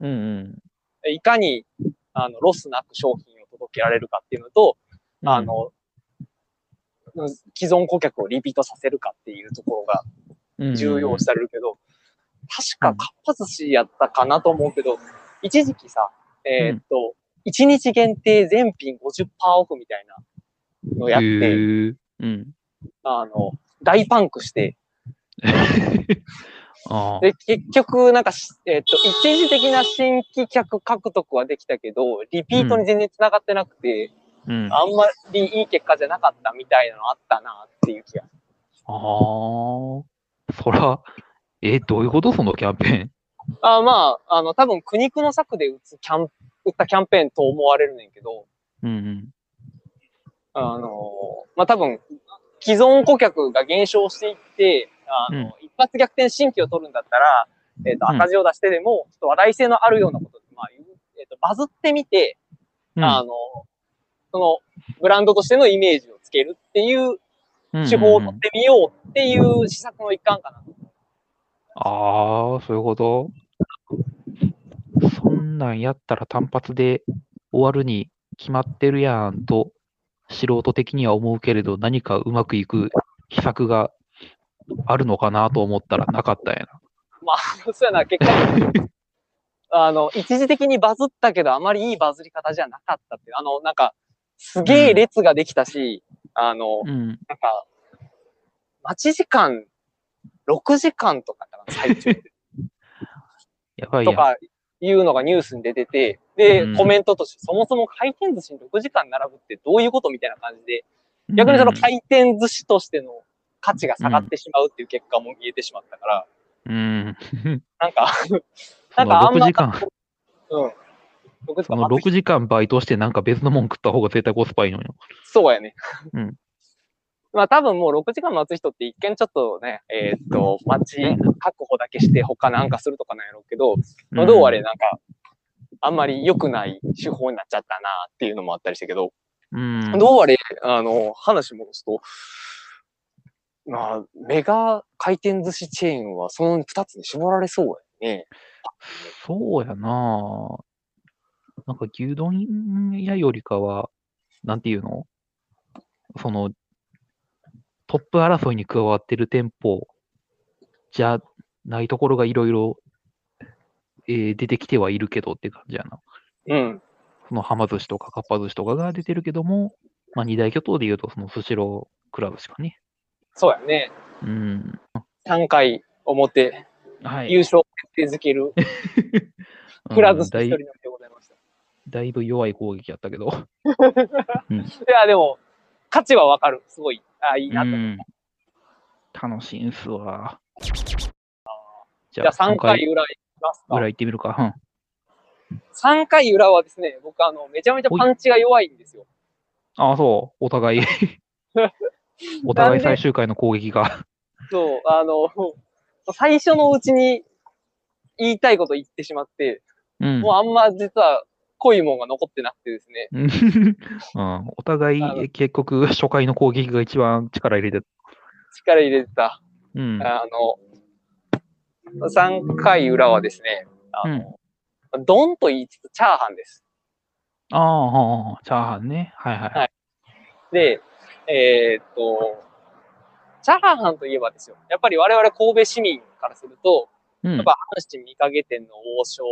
うんうん。
いかに、あの、ロスなく商品を届けられるかっていうのと、あの、既存顧客をリピートさせるかっていうところが
うん、
重要視されるけど、確かかっぱ寿司やったかなと思うけど、一時期さ、えーっと、1日限定全品50%オフみたいなのやって、
へえ
うん。
あの、大パンクして、
ああ。
で、結局、なんかし、えっ、と、一時的な新規客獲得はできたけど、リピートに全然繋がってなくて、
うん、あ
あんまりいい結果じゃなかったみたいなのあったなっていう気が。
あー。
そら、え、どういうことそのキャンペーン。
あまあ、あの、多分苦肉の策で打つキャン、打ったキャンペーンと思われるねんけど、
うん
あのまあ多分、既存顧客が減少していって、あの、
うん
一発逆転新規を取るんだったら、えっ、と、
うん
赤字を出してでも、ちょっと話題性のあるようなこと、まあ、言うえっ、と、バズってみて、
うん。
あの、そのブランドとしてのイメージをつけるっていう
の
手法を取ってみようっていう施策の一環かな。
ああ、そういうことそんなんやったら単発で終わるに決まってるやんと、素人的には思うけれど、何かうまくいく秘策があるのかなと思ったらなかったんや
そうやな、結果、 あの、一時的にバズったけど、あまりいいバズり方じゃなかったっていう、あの、なんか、すげえ列ができたし、あの、
な。うん。
なんか、待ち時間、6時間とかだったかな、最
やばい
長と
やん。
かいうのがニュースに出てて、で
う、ん
コメントとして、そもそも回転寿司に6時間並ぶってどういうことみたいな感じで、逆にその回転寿司としての価値が下がってしまうっていう結果も見えてしまったから、
うん。うん。
なんか、
そ
なん
の
かあん
6
ま
時間、
うん。 6時
そ
間
の
待つ
6時間バイトしてなんか別のもん食った方が絶対コスパいいのよ。
そうやね。
うん
まあ多分もう6時間待つ人って一見ちょっとね、えーっと、待ち確保だけして他なんかするとかなんやろうけど、まあどうあれなんか、あんまり良くない手法になっちゃったなっていうのもあったりしたけど、
うん。
どうあれ、あの、話戻すと、まあ、メガ回転寿司チェーンはその2つに絞られそうやね。
そうやなぁなんか牛丼屋よりかは、なんていうのその、トップ争いに加わってる店舗じゃないところがいろいろえー出てきてはいるけどって感じやな。
うん。
そのはま寿司とかかっぱ寿司とかが出てるけども、まあ二大巨頭で言うとそのスシロークラブしかね。
そうやね。
うん。
3回表、
はい。
優勝を決定づける、
うん
くら寿司
だ
一
い
人のでございました。
だいぶ弱い攻撃やったけど。
いや、でも、価値はわかる。すごい。あいいなと。
うん、楽しいんすわ。じ
じゃあ、3回裏いきますか。
裏行ってみるか。
3回裏はですね、僕、あの、めちゃめちゃパンチが弱いんですよ。
うん、ああ、そう。お 互い。お互い最終回の攻撃が。
そう、あの、 最初のうちに言いたいこと言ってしまって、
うん。
もうあんま実は濃いもんが残ってなくてですね。
うん、 お互
あの
い結局初回の攻撃が一番力入れて
力入れてた。
うん。
あの、3回裏はですね、あの、ドンと言いつつチャーハンです。
ああはあ、チャーハンね。はいはい。
はいで、えーっと、チャーハンといえばですよ。やっぱり我々神戸市民からすると、
うん
やっぱ阪神見影店の王将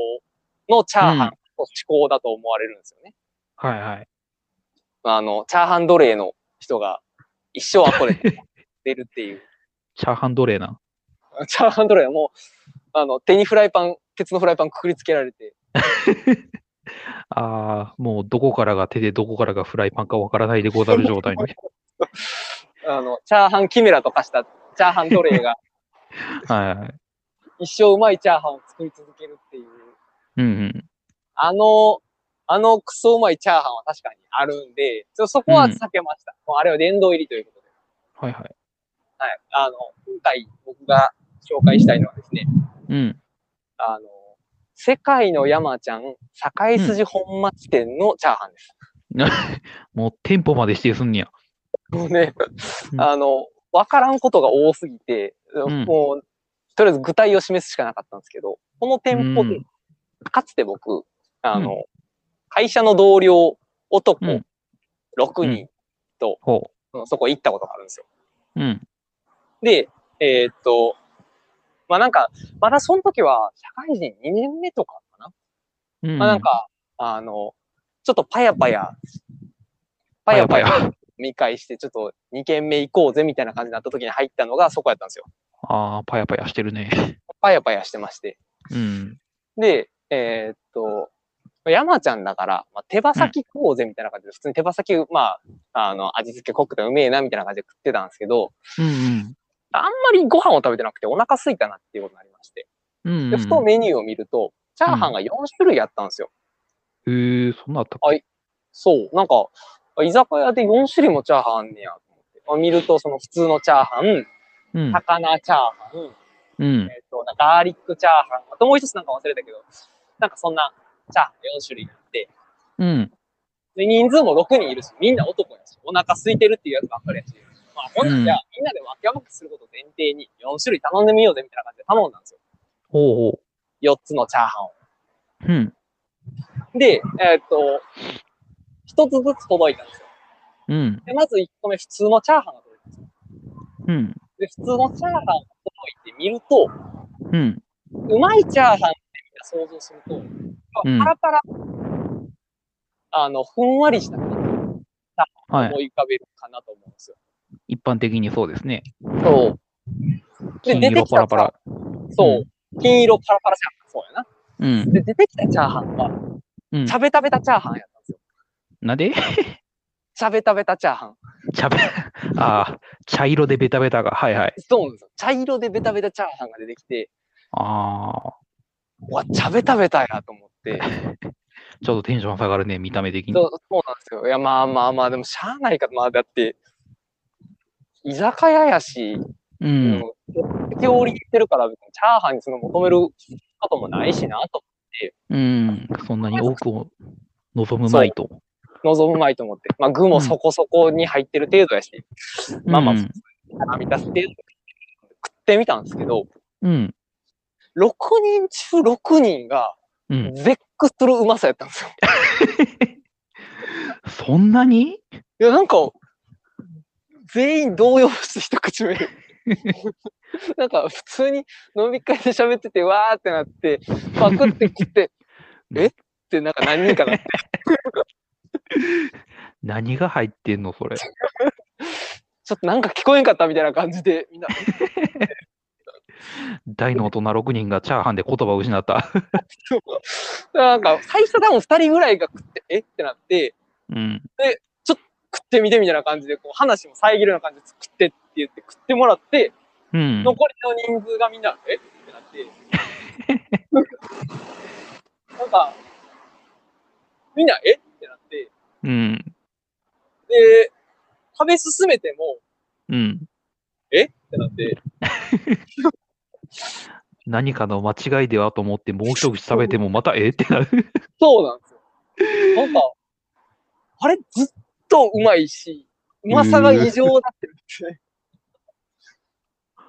のチャーハ
うん
ンの至高だと思われるんですよね。
はいはい。
あの、チャーハン奴隷の人が一生はこれ出るっていう。
チャーハン奴隷な。
チャーハン奴隷はもう、あの、手にフライパン、鉄のフライパンくくりつけられて、
ああ、もうどこからが手でどこからがフライパンかわからないでござる状態 の。
あの、チャーハンキメラとかしたチャーハン奴隷が
はいはい。
一生うまいチャーハンを作り続けるっていう。
うんうん。
あの、あのクソうまいチャーハンは確かにあるんで、ちょそこは避けました。もうあれは殿堂入りということで。
はいはい。
はい。あの、今回僕が紹介したいのはですね、
うん。
あの、世界の山ちゃん、堺筋本町店のチャーハンです。
もう店舗まで指定すんねや。
もうね
う、ん
あの、わからんことが多すぎて、
ん
もう、とりあえず具体を示すしかなかったんですけど、この店舗で、
うん
かつて僕、あの、会社の同僚、男、
うん
6人、
ほ
うんそこ行ったことがあるんですよ。
う。うん。
で、えーっと、まあなんか、まだその時は、社会人2年目とかかな、
うん
まあなんか、あの、ちょっとパヤパヤ、パヤパヤ
パヤ
見返して、ちょっと2軒目行こうぜみたいな感じになった時に入ったのがそこやったんですよ。
ああ、パヤパヤしてるね。
パヤパヤしてまして。
うん。
で、えーっと、山ちゃんだから、まあ、手羽先食おうぜみたいな感じで、普通に手羽先、まあ、あの、味付け濃くてうめえなみたいな感じで食ってたんですけど、
うん
あんまりご飯を食べてなくてお腹空いたなっていうことになりまして。
うん。うん、う
で、
ん。
ふとメニューを見ると、チャーハンが4種類あったんですよ。
へえ、そんなんあったっけ
はいそう。なんか、居酒屋で4種類もチャーハンあんねやと思って。まあ見ると、その普通のチャーハン、
うん。
魚チャーハン、
うん。
えっ、と、なんかガーリックチャーハン、あともう一つなんか忘れたけど、なんかそんなチャーハン4種類あって、
うん。
で、人数も6人いるし、みんな男やし、お腹空いてるっていうやつばっかりやし、まあ、ほんならじゃあ、みんなで分け分けすることを前提に4種類頼んでみようぜみたいな感じで頼んだんです
ほうほ
よ。4つのチャーハンを。
う。うん。
で、えっ、と、一つずつ届いたんですよ。
うん。
で、まず1個目、普通のチャーハンが届いたんですよ。
うん。
で、普通のチャーハンが届いてみると、
うん。
うまいチャーハンってみんな想像すると、
うん
パラパラ、あの、ふんわりした感じを
はい。
思い浮かべるかなと思うんですよ。
一般的にそうですね。
そう。で、
金
出て
色
き
パ
た
ラ
チ
パ
ャーハ
ラ。
ン、そう、金色パラパラチャーハン、そうや
う
な。
ん。
で、出てきたチャーハンは、
うん
チ。ャベタベタチャーハンやったんですよ。
なんで
チャベタベタチャーハン。
茶べ、ああ、茶色でベタベタが。はいはい。
そうなんですよ。茶色でベタベタチャーハンが出てきて、
ああ、
うわ、チャベタベタやと思って、
ちょっとテンション下がるね、見た目的に。
そうそうなんですよ。いや、まあまあまあ、でもしゃあないか。まあ、だって、居酒屋やし、
う。、
うん料理ってるから、別にチャーハンにその求めることもないしな、と。
うん。そんなに多くを望むまいと。
望むまいと思って。まあ、具もそこそこに入ってる程度やし、まあまあ
うん
満たす程度食ってみたんですけど、
うん。
6人中6人が、
うん。
絶句するうまさやったんですよ。
そんなに
いや、なんか、全員動揺して一口目。 なんか、普通に飲み会で喋ってて、わーってなって、パクって切って、えってなんか何人かなって。
何が入ってんのそれ。
ちょっとなんか聞こえんかったみたいな感じで、みんな、
大の大人6人がチャーハンで言葉を失った。
なんか、最初多分2人ぐらいが食って、えってなって、
うん。
食ってみてみたいな感じで、こう話も遮るような感じで食ってって言って食ってもらって、
うん。
残りの人数がみんな、えってなって。なんか、みんな、えってなって、
うん。
で、食べ進めても、
うん。
ってなって、
何かの間違いではと思って、もう一口食べてもまたえってなる。
そうなんですよ。なんか、あれ、ずっとうまいし、うまさが異常だってるんですね。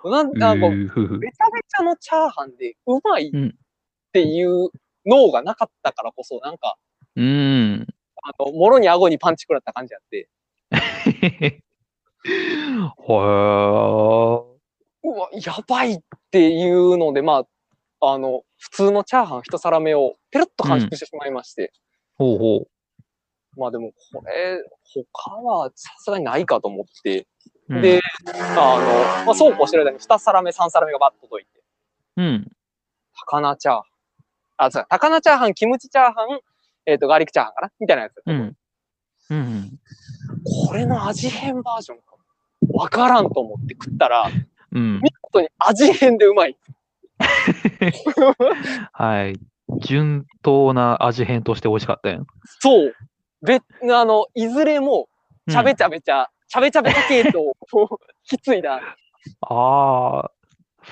なんなんか、めち
ふふ
ゃめちゃのチャーハンでうまい
うん
っていう脳がなかったからこそ、なんか、
うん。
あの、もろに顎にパンチ食らった感じあって、
は
うわ、やばいっていうので、まあ、あの、普通のチャーハン一皿目をペロッと完食してしまいまして、
ほうほ
まあでもこれ、他はさすがにないかと思って、
う。うん
で、、あの、まあ、そうこうしてる間に2皿目、3皿目がバッと届いて、
うん。
高菜チャーハン。あ、そう、高菜チャーハン、キムチチャーハン、えっ、と、ガーリックチャーハンかなみたいなやつ。
うん。うん。
これの味変バージョンか。わからんと思って食ったら、
うん。
見事に味変でうまい。
はい。順当な味変として美味しかったよ。
そう。べ、あの、いずれも、
うん
ちゃべちゃべちゃ、ちゃべちゃべちゃ系統を 引き継いだ。
ああ、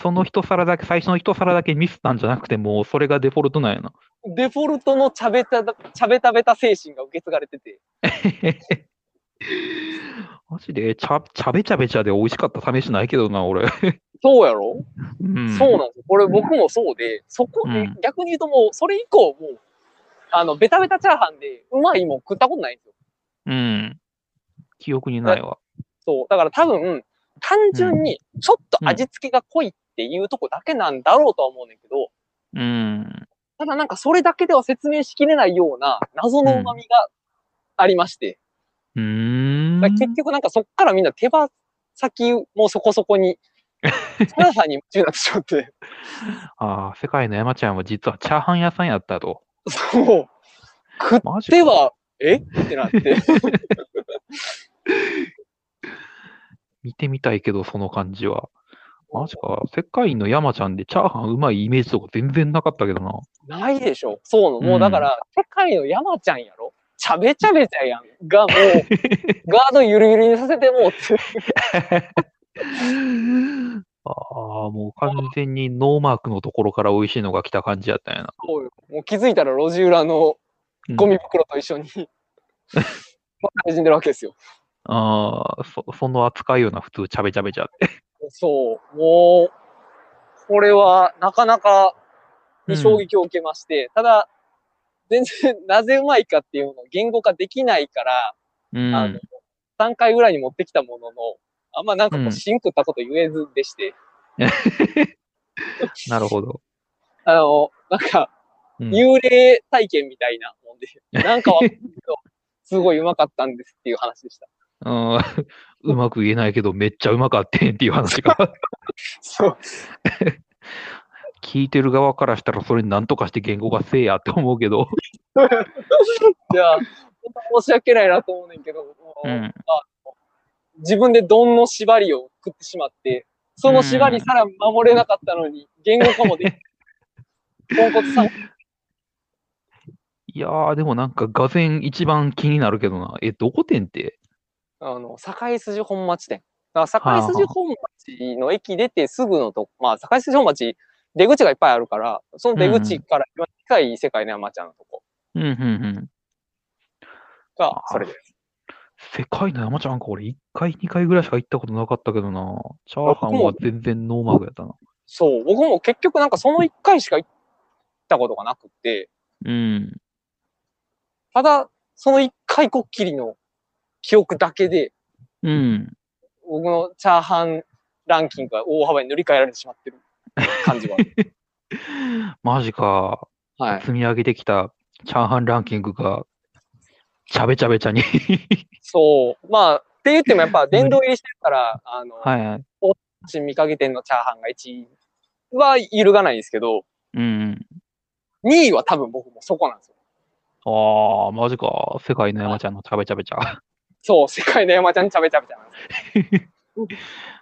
その一皿だけ、最初の一皿だけミスったんじゃなくて、もうそれがデフォルトなんやな。
デフォルトのちゃべた、ちゃべたべた精神が受け継がれてて。
マジで、ちゃ、ちゃべちゃべちゃで美味しかった試しないけどな、俺。
そうやろ
うん。
そうなんですよ。これ僕もそうで、そこ、
うん
逆に言うともう、それ以降もう、あの、ベタベタチャーハンで、うまいもん食ったことないんですよ。
うん。記憶にないわ。
そう。だから多分、単純に、ちょっと味付けが濃いっていうとこだけなんだろうとは思うねんだけど、
うん。
ただなんかそれだけでは説明しきれないような謎の旨味がありまして、
うーん
だ。から結局なんかそっからみんな手羽先もそこそこ に、チャーハンに夢中になってしまって。
ああ、世界の山ちゃんは実はチャーハン屋さんやったと。
そう。食っ
マジ
て
か。
は、えってな って。
見てみたいけど、その感じは。マジか。世界の山ちゃんでチャーハンうまいイメージとか全然なかったけど な。
ないでしょ。そうなの。もううんだから、世界の山ちゃんやろちゃべちゃべちゃやん。 が、もう、ガードゆるゆるにさせてもうって。
ああ、もう完全にノーマークのところから美味しいのが来た感じやったんやな。
そうよもう気づいたら路地裏の
うん
ゴミ袋と一 緒に、まあ馴染んでるわけですよ。
ああ、そその扱いような普通、ちゃべちゃべちゃって。
そう。もう、これはなかなか
うん
に衝撃を受けまして、ただ、全然 なぜうまいかっていうのを言語化できないから、
うん。
あの、3回ぐらいに持ってきたものの、あんまなんかこ
う
う、
ん
シンクったこと言えずでして、
なるほど。
あの、なんか、
うん
幽霊体験みたいな もんで、なんかわかんないけど、すごいうまかったんですっていう話でした。
うん、 うまく言えないけど、めっちゃうまかってんっていう話 が。
そう。
聞いてる側からしたら、それなんとかして言語がせえやって思うけど。
じゃあ、本当申し訳ないなと思うねんけど、もう
うん。
自分でどんの縛りを食ってしまって、その縛りさら守れな かったのに、言語化もできない。ポンコツさん、
いやー、でもなんか、がぜん一番気になるけどな。え、どこ店って
あの、堺筋本町店。だから堺筋本町の駅出てすぐのとこ、まあ、堺筋本町、出口がいっぱいあるから、その出口から一番近い世界の山ちゃんのとこ
うん、うん、うん。
が、それです。
世界の山ちゃんか、俺、1回、2回ぐらいしか行ったことなかったけどな。チャーハンは全然ノーマークやったな。
そう、僕も結局なんかその一回しか行ったことがなくて、
うん。
ただ、その一回こっきりの記憶だけで、
うん。
僕のチャーハンランキングが大幅に塗り替えられてしまってる感 じはある。
マジか。
はい。
積み上げてきたチャーハンランキングが、ちゃべちゃべちゃに。
そう。まあ、って言ってもやっぱ殿堂入りしてるから、あの、
はいはい。
新見かけ店のチャーハンが1位は揺るがないですけど、
うん。
2位は多分僕もそこなんですよ。
ああ、マジか。世界の山ちゃんのちゃべちゃべちゃ。
そう、世界の山ちゃんちゃべちゃべちゃなんですよ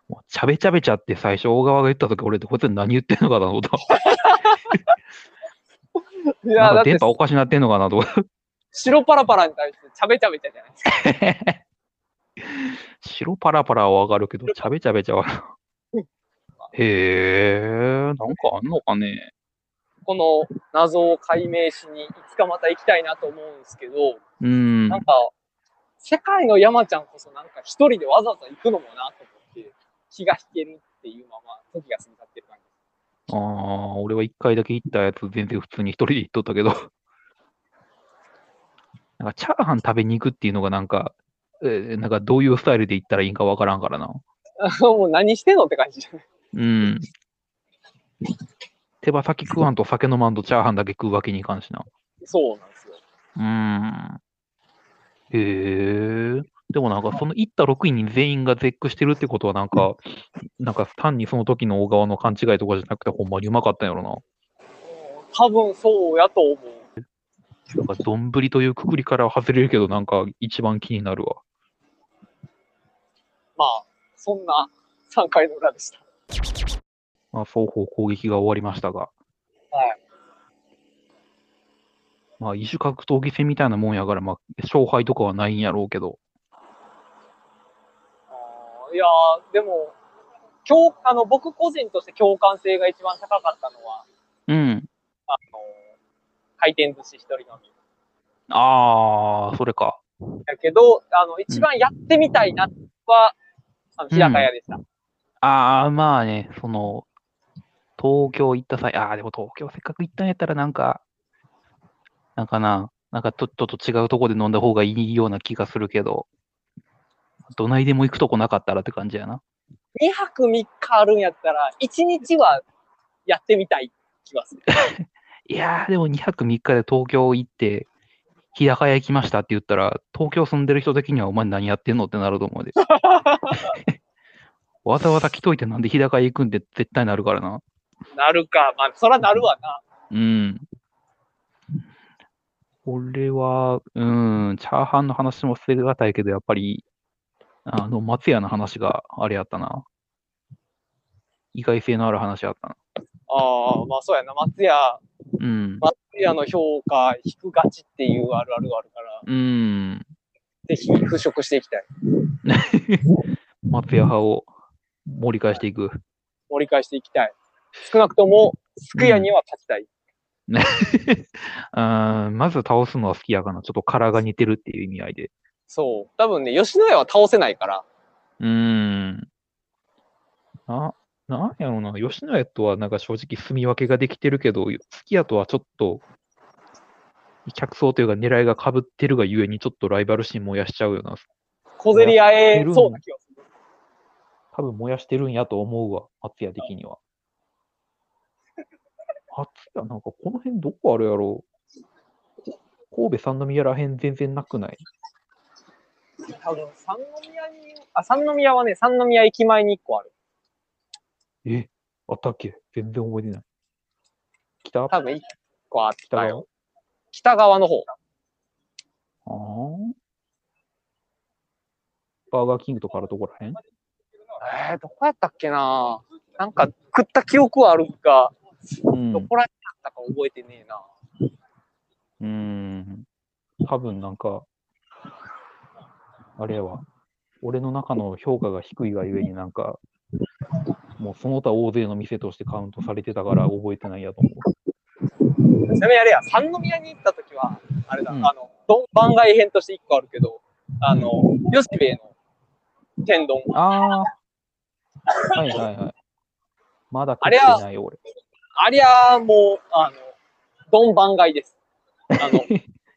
もうちゃべちゃべちゃって最初、大川が言ったとき、俺ってこいつ何言ってんのかなと思った。
い
な
や、
んか
だって
電波おかしなってんのかなと 思った。
白パラパラに対してちゃべちゃべちゃじゃないですか。
白パラパラはわかるけど、ちゃべちゃべちゃは な。へえ、なんかあんのかね。
この謎を解明しにいつかまた行きたいなと思うんですけど、
うん
な。んか、世界の山ちゃんこそなんか一人でわざわざ行くのもなと思って、気が引けるっていうまま時が過ぎ去ってる感じ。
ああ、俺は一回だけ行ったやつ、全然普通に一人で行っとったけど。 なんか、チャーハン食べに行くっていうのが、なんか、えーなんかどういうスタイルで行ったらいいんかわからんからな。
もう何してんのって感じじゃない
うん。手羽先食わんと酒飲まんとチャーハンだけ食うわけにいかんしな。
そうなんですよ。
うん。へえ。でもなんか、その行った6位に全員が絶句してるってことは、なんか、なんか単にその時の大川の勘違いとかじゃなくて、ほんまにうまかったんやろな。
多分そうやと思う。
なんか、丼というくくりからは外れるけど、なんか、一番気になるわ。
まあ、そんな3回の裏でした。
まあ、双方攻撃が終わりましたが。
はい。
まあ、異種格闘技戦みたいなもんやから、まあ、勝敗とかはないんやろうけど。
あーいやー、でも、共あの僕個人として共感性が一番高かったのは、
うん。
あの回転寿司一人飲み。
ああ、それか。
やけど、あの、一番やってみたいなは、あの、日高屋でした。
ああ、まあね、その、東京行った際、ああ、でも東京せっかく行ったんやったら、なんか、なんかな、なんかちょちょっと違うとこで飲んだ方がいいような気がするけど、どないでも行くとこなかったらって感じやな。
2泊3日あるんやったら、1日はやってみたい気がする。
いやー、でも2泊3日で東京行って、日高屋行きましたって言ったら、東京住んでる人的にはお前何やってんのってなると思うで。わざわざ来といてなんで日高屋行くんで絶対なるからな。
なるか。まあ、そらなるわな。
うん。俺は、うん、チャーハンの話も捨てがたいけど、やっぱり、あの、松屋の話があれやったな。意外性のある話やったな。
ああ、まあそうやな。松屋、
うん。
松屋の評価低がちっていうあるあるがあるから、
うん。
ぜひ払拭していきたい。
松屋派を盛り返していく。
盛り返していきたい。少なくとも、すくやには勝ちたい。
うん、まず倒すのは好きやかな。ちょっと殻が似てるっていう意味合いで。
そう。多分ね、吉野家は倒せないから、
うん。な、なんやろな、吉野家とはなんか正直住み分けができてるけど、すき家とはちょっと、客層というか狙いが被ってるがゆえにちょっとライバル心燃やしちゃうよな。
小競り合えそうな気がする。
多分燃やしてるんやと思うわ、松屋的には。松屋なんかこの辺どこあるやろ神戸三宮らへん全然なくない
多分、三宮に、あ、三宮はね、三宮駅前に1個ある。
え、あったっけ全然覚えてない。北
多分1個あっ
北
た
側
よ。北側の方。
ああ。バーガーキングとかあるとこらへん
えー、どこやったっけななんか食った記憶はあるが、
う
ど
ん。
こら辺だったか覚えてねえな。
うん。多分なんか、あれやわ、俺の中の評価が低いがゆえになんか、もうその他大勢の店としてカウントされてたから覚えてないやと思
ちなみにあれや、三宮に行った時は、あれだ、
うん
あの、どん番外編として一個あるけど、あの、吉兵衛の天丼、
う。ああ、はいはいはい。まだ
あ
食
れ
っ
は
てないよ俺。
ありゃあもう、あの、どん番外です。あ の、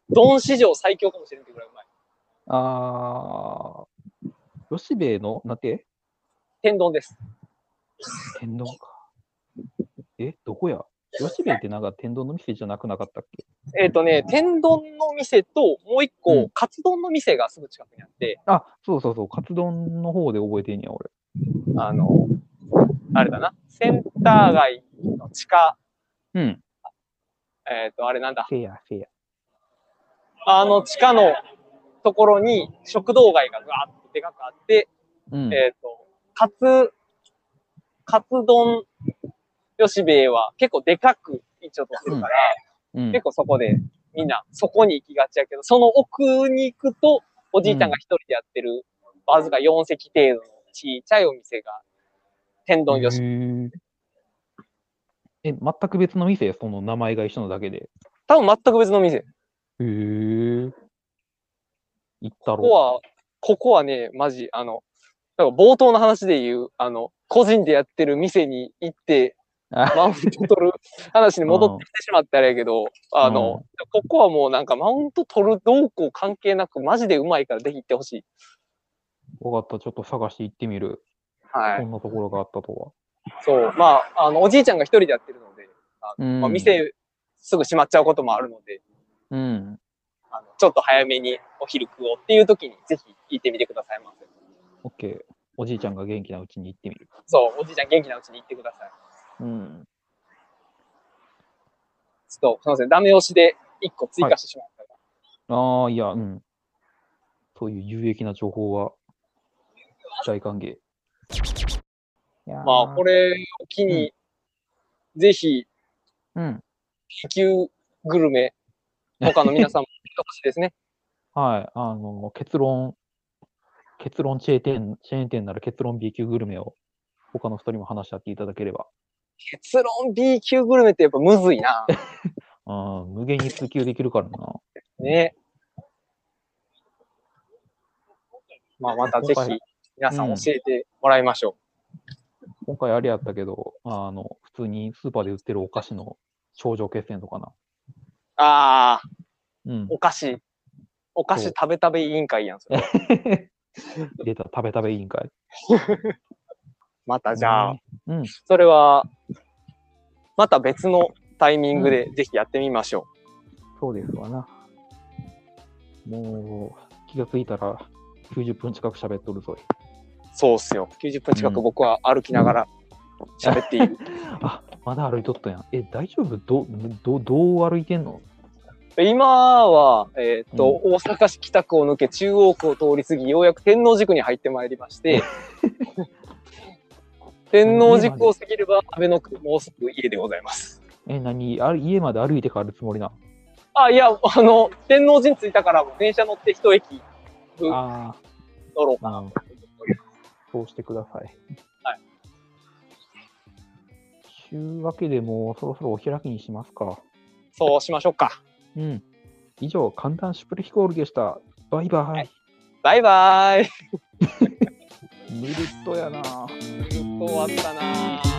どん史上最強かもしれんけどぐらいうまい。
ああ、吉兵衛の、なんて
天丼です。
天丼か。え、どこや吉兵衛ってなんか天丼の店じゃなくなかったっけ
えっ、とね、天丼の店と、もう一個、
うん
カツ丼の店がすぐ近くにあって、
あ、そうそうそう、カツ丼の方で覚えてんねや、俺。
あの、あれだな、センター街の地下、
うん。
えっ、と、あれなんだ、
せや、せや。
あの地下のところに食堂街がガーッとでかくあって、
うん。
えっ、と、カツ、カツ丼吉兵衛は結構でかく一応とってるから、
うん
結構そこでみんなそこに行きがちやけど、その奥に行くと、おじいちゃんが一人でやってる、わずか4席程度の小さいお店が、天丼吉兵衛。
へーえ、全く別の店その名前が一緒のだけで。
多分全く別の店。
へえ。行った
ここ
ろ。
は、ここはね、マジ、あの、だから冒頭の話で言う、あの、個人でやってる店に行って、
あ
マウント取る 話に戻ってきてしまったあれやけど、あの、ここはもうなんかマウント取るどうこう関係なく、マジでうまいからぜひ行ってほしい。
わかった、ちょっと探して行ってみる。
は
こ
い。
んなところがあったとは。
そう。まあ、あの、おじいちゃんが一人でやってるので、
うん
まあ、店すぐ閉まっちゃうこともあるので、
うん。
あのちょっと早めにお昼食おうっていう時にぜひ行ってみてくださいませ。
オッケー。おじいちゃんが元気なうちに行ってみる。
そう、おじいちゃん元気なうちに行ってください。
うん。
ちょっと、すみません、ダメ押しで一個追加してしまった。
ああ、いや、うん。そういう有益な情報は大歓迎。
まあ、こ
れ。
れを機に、ぜひ、
うん。
気球グルメ、他の皆さんも行ってほしいですね。
はい、あの、結論、結論チェーン店、チェーン店なら結論 B 級グルメを他の2人も話し合っていただければ、
結論 B 級グルメってやっぱむずい な。
うん、無限に追求できるからな。
ね。まあ、またぜひ、皆さん教えてもらいましょ
今回あれやったけど、あの、普通にスーパーで売ってるお菓子の頂上決戦とかな。
う。ああ、
うん。
お菓子。お菓子
そう
食べ食べ委員会やん、それ。
出た、食べ食べ委員会。
またじゃあ、
うん。
それは、また別のタイミングでぜひやってみましょう。
そうですわな。もう、気がついたら90分近く喋っとるぞい。
そうっすよ。90分近
う
く
ん
僕は歩きながら喋ってい る。
あ、まだ歩いとったやん。え、大丈夫ど、ど、どう歩いてんの
今は、えっ、と、大阪市北区を抜け中央区を通り過ぎ、ようやく天王寺区に入ってまいり まして、天王寺区を過ぎれば安倍の区、もうすぐ家でございます。
え、何あ家まで歩いて帰るつもりなの
あ、いや、あの、天王寺に着いたからもう電車乗って一駅乗
あ
ろうか
あ、
な
うん、そうしてください。
はい。
ちゅうわけでもうそろそろお開きにしますか。
そうしましょうか。
うん。以上、簡単シュプレヒコールでした。バイバイ。
はいバ イバーイ。
ぬるっとやな。
終わったなぁ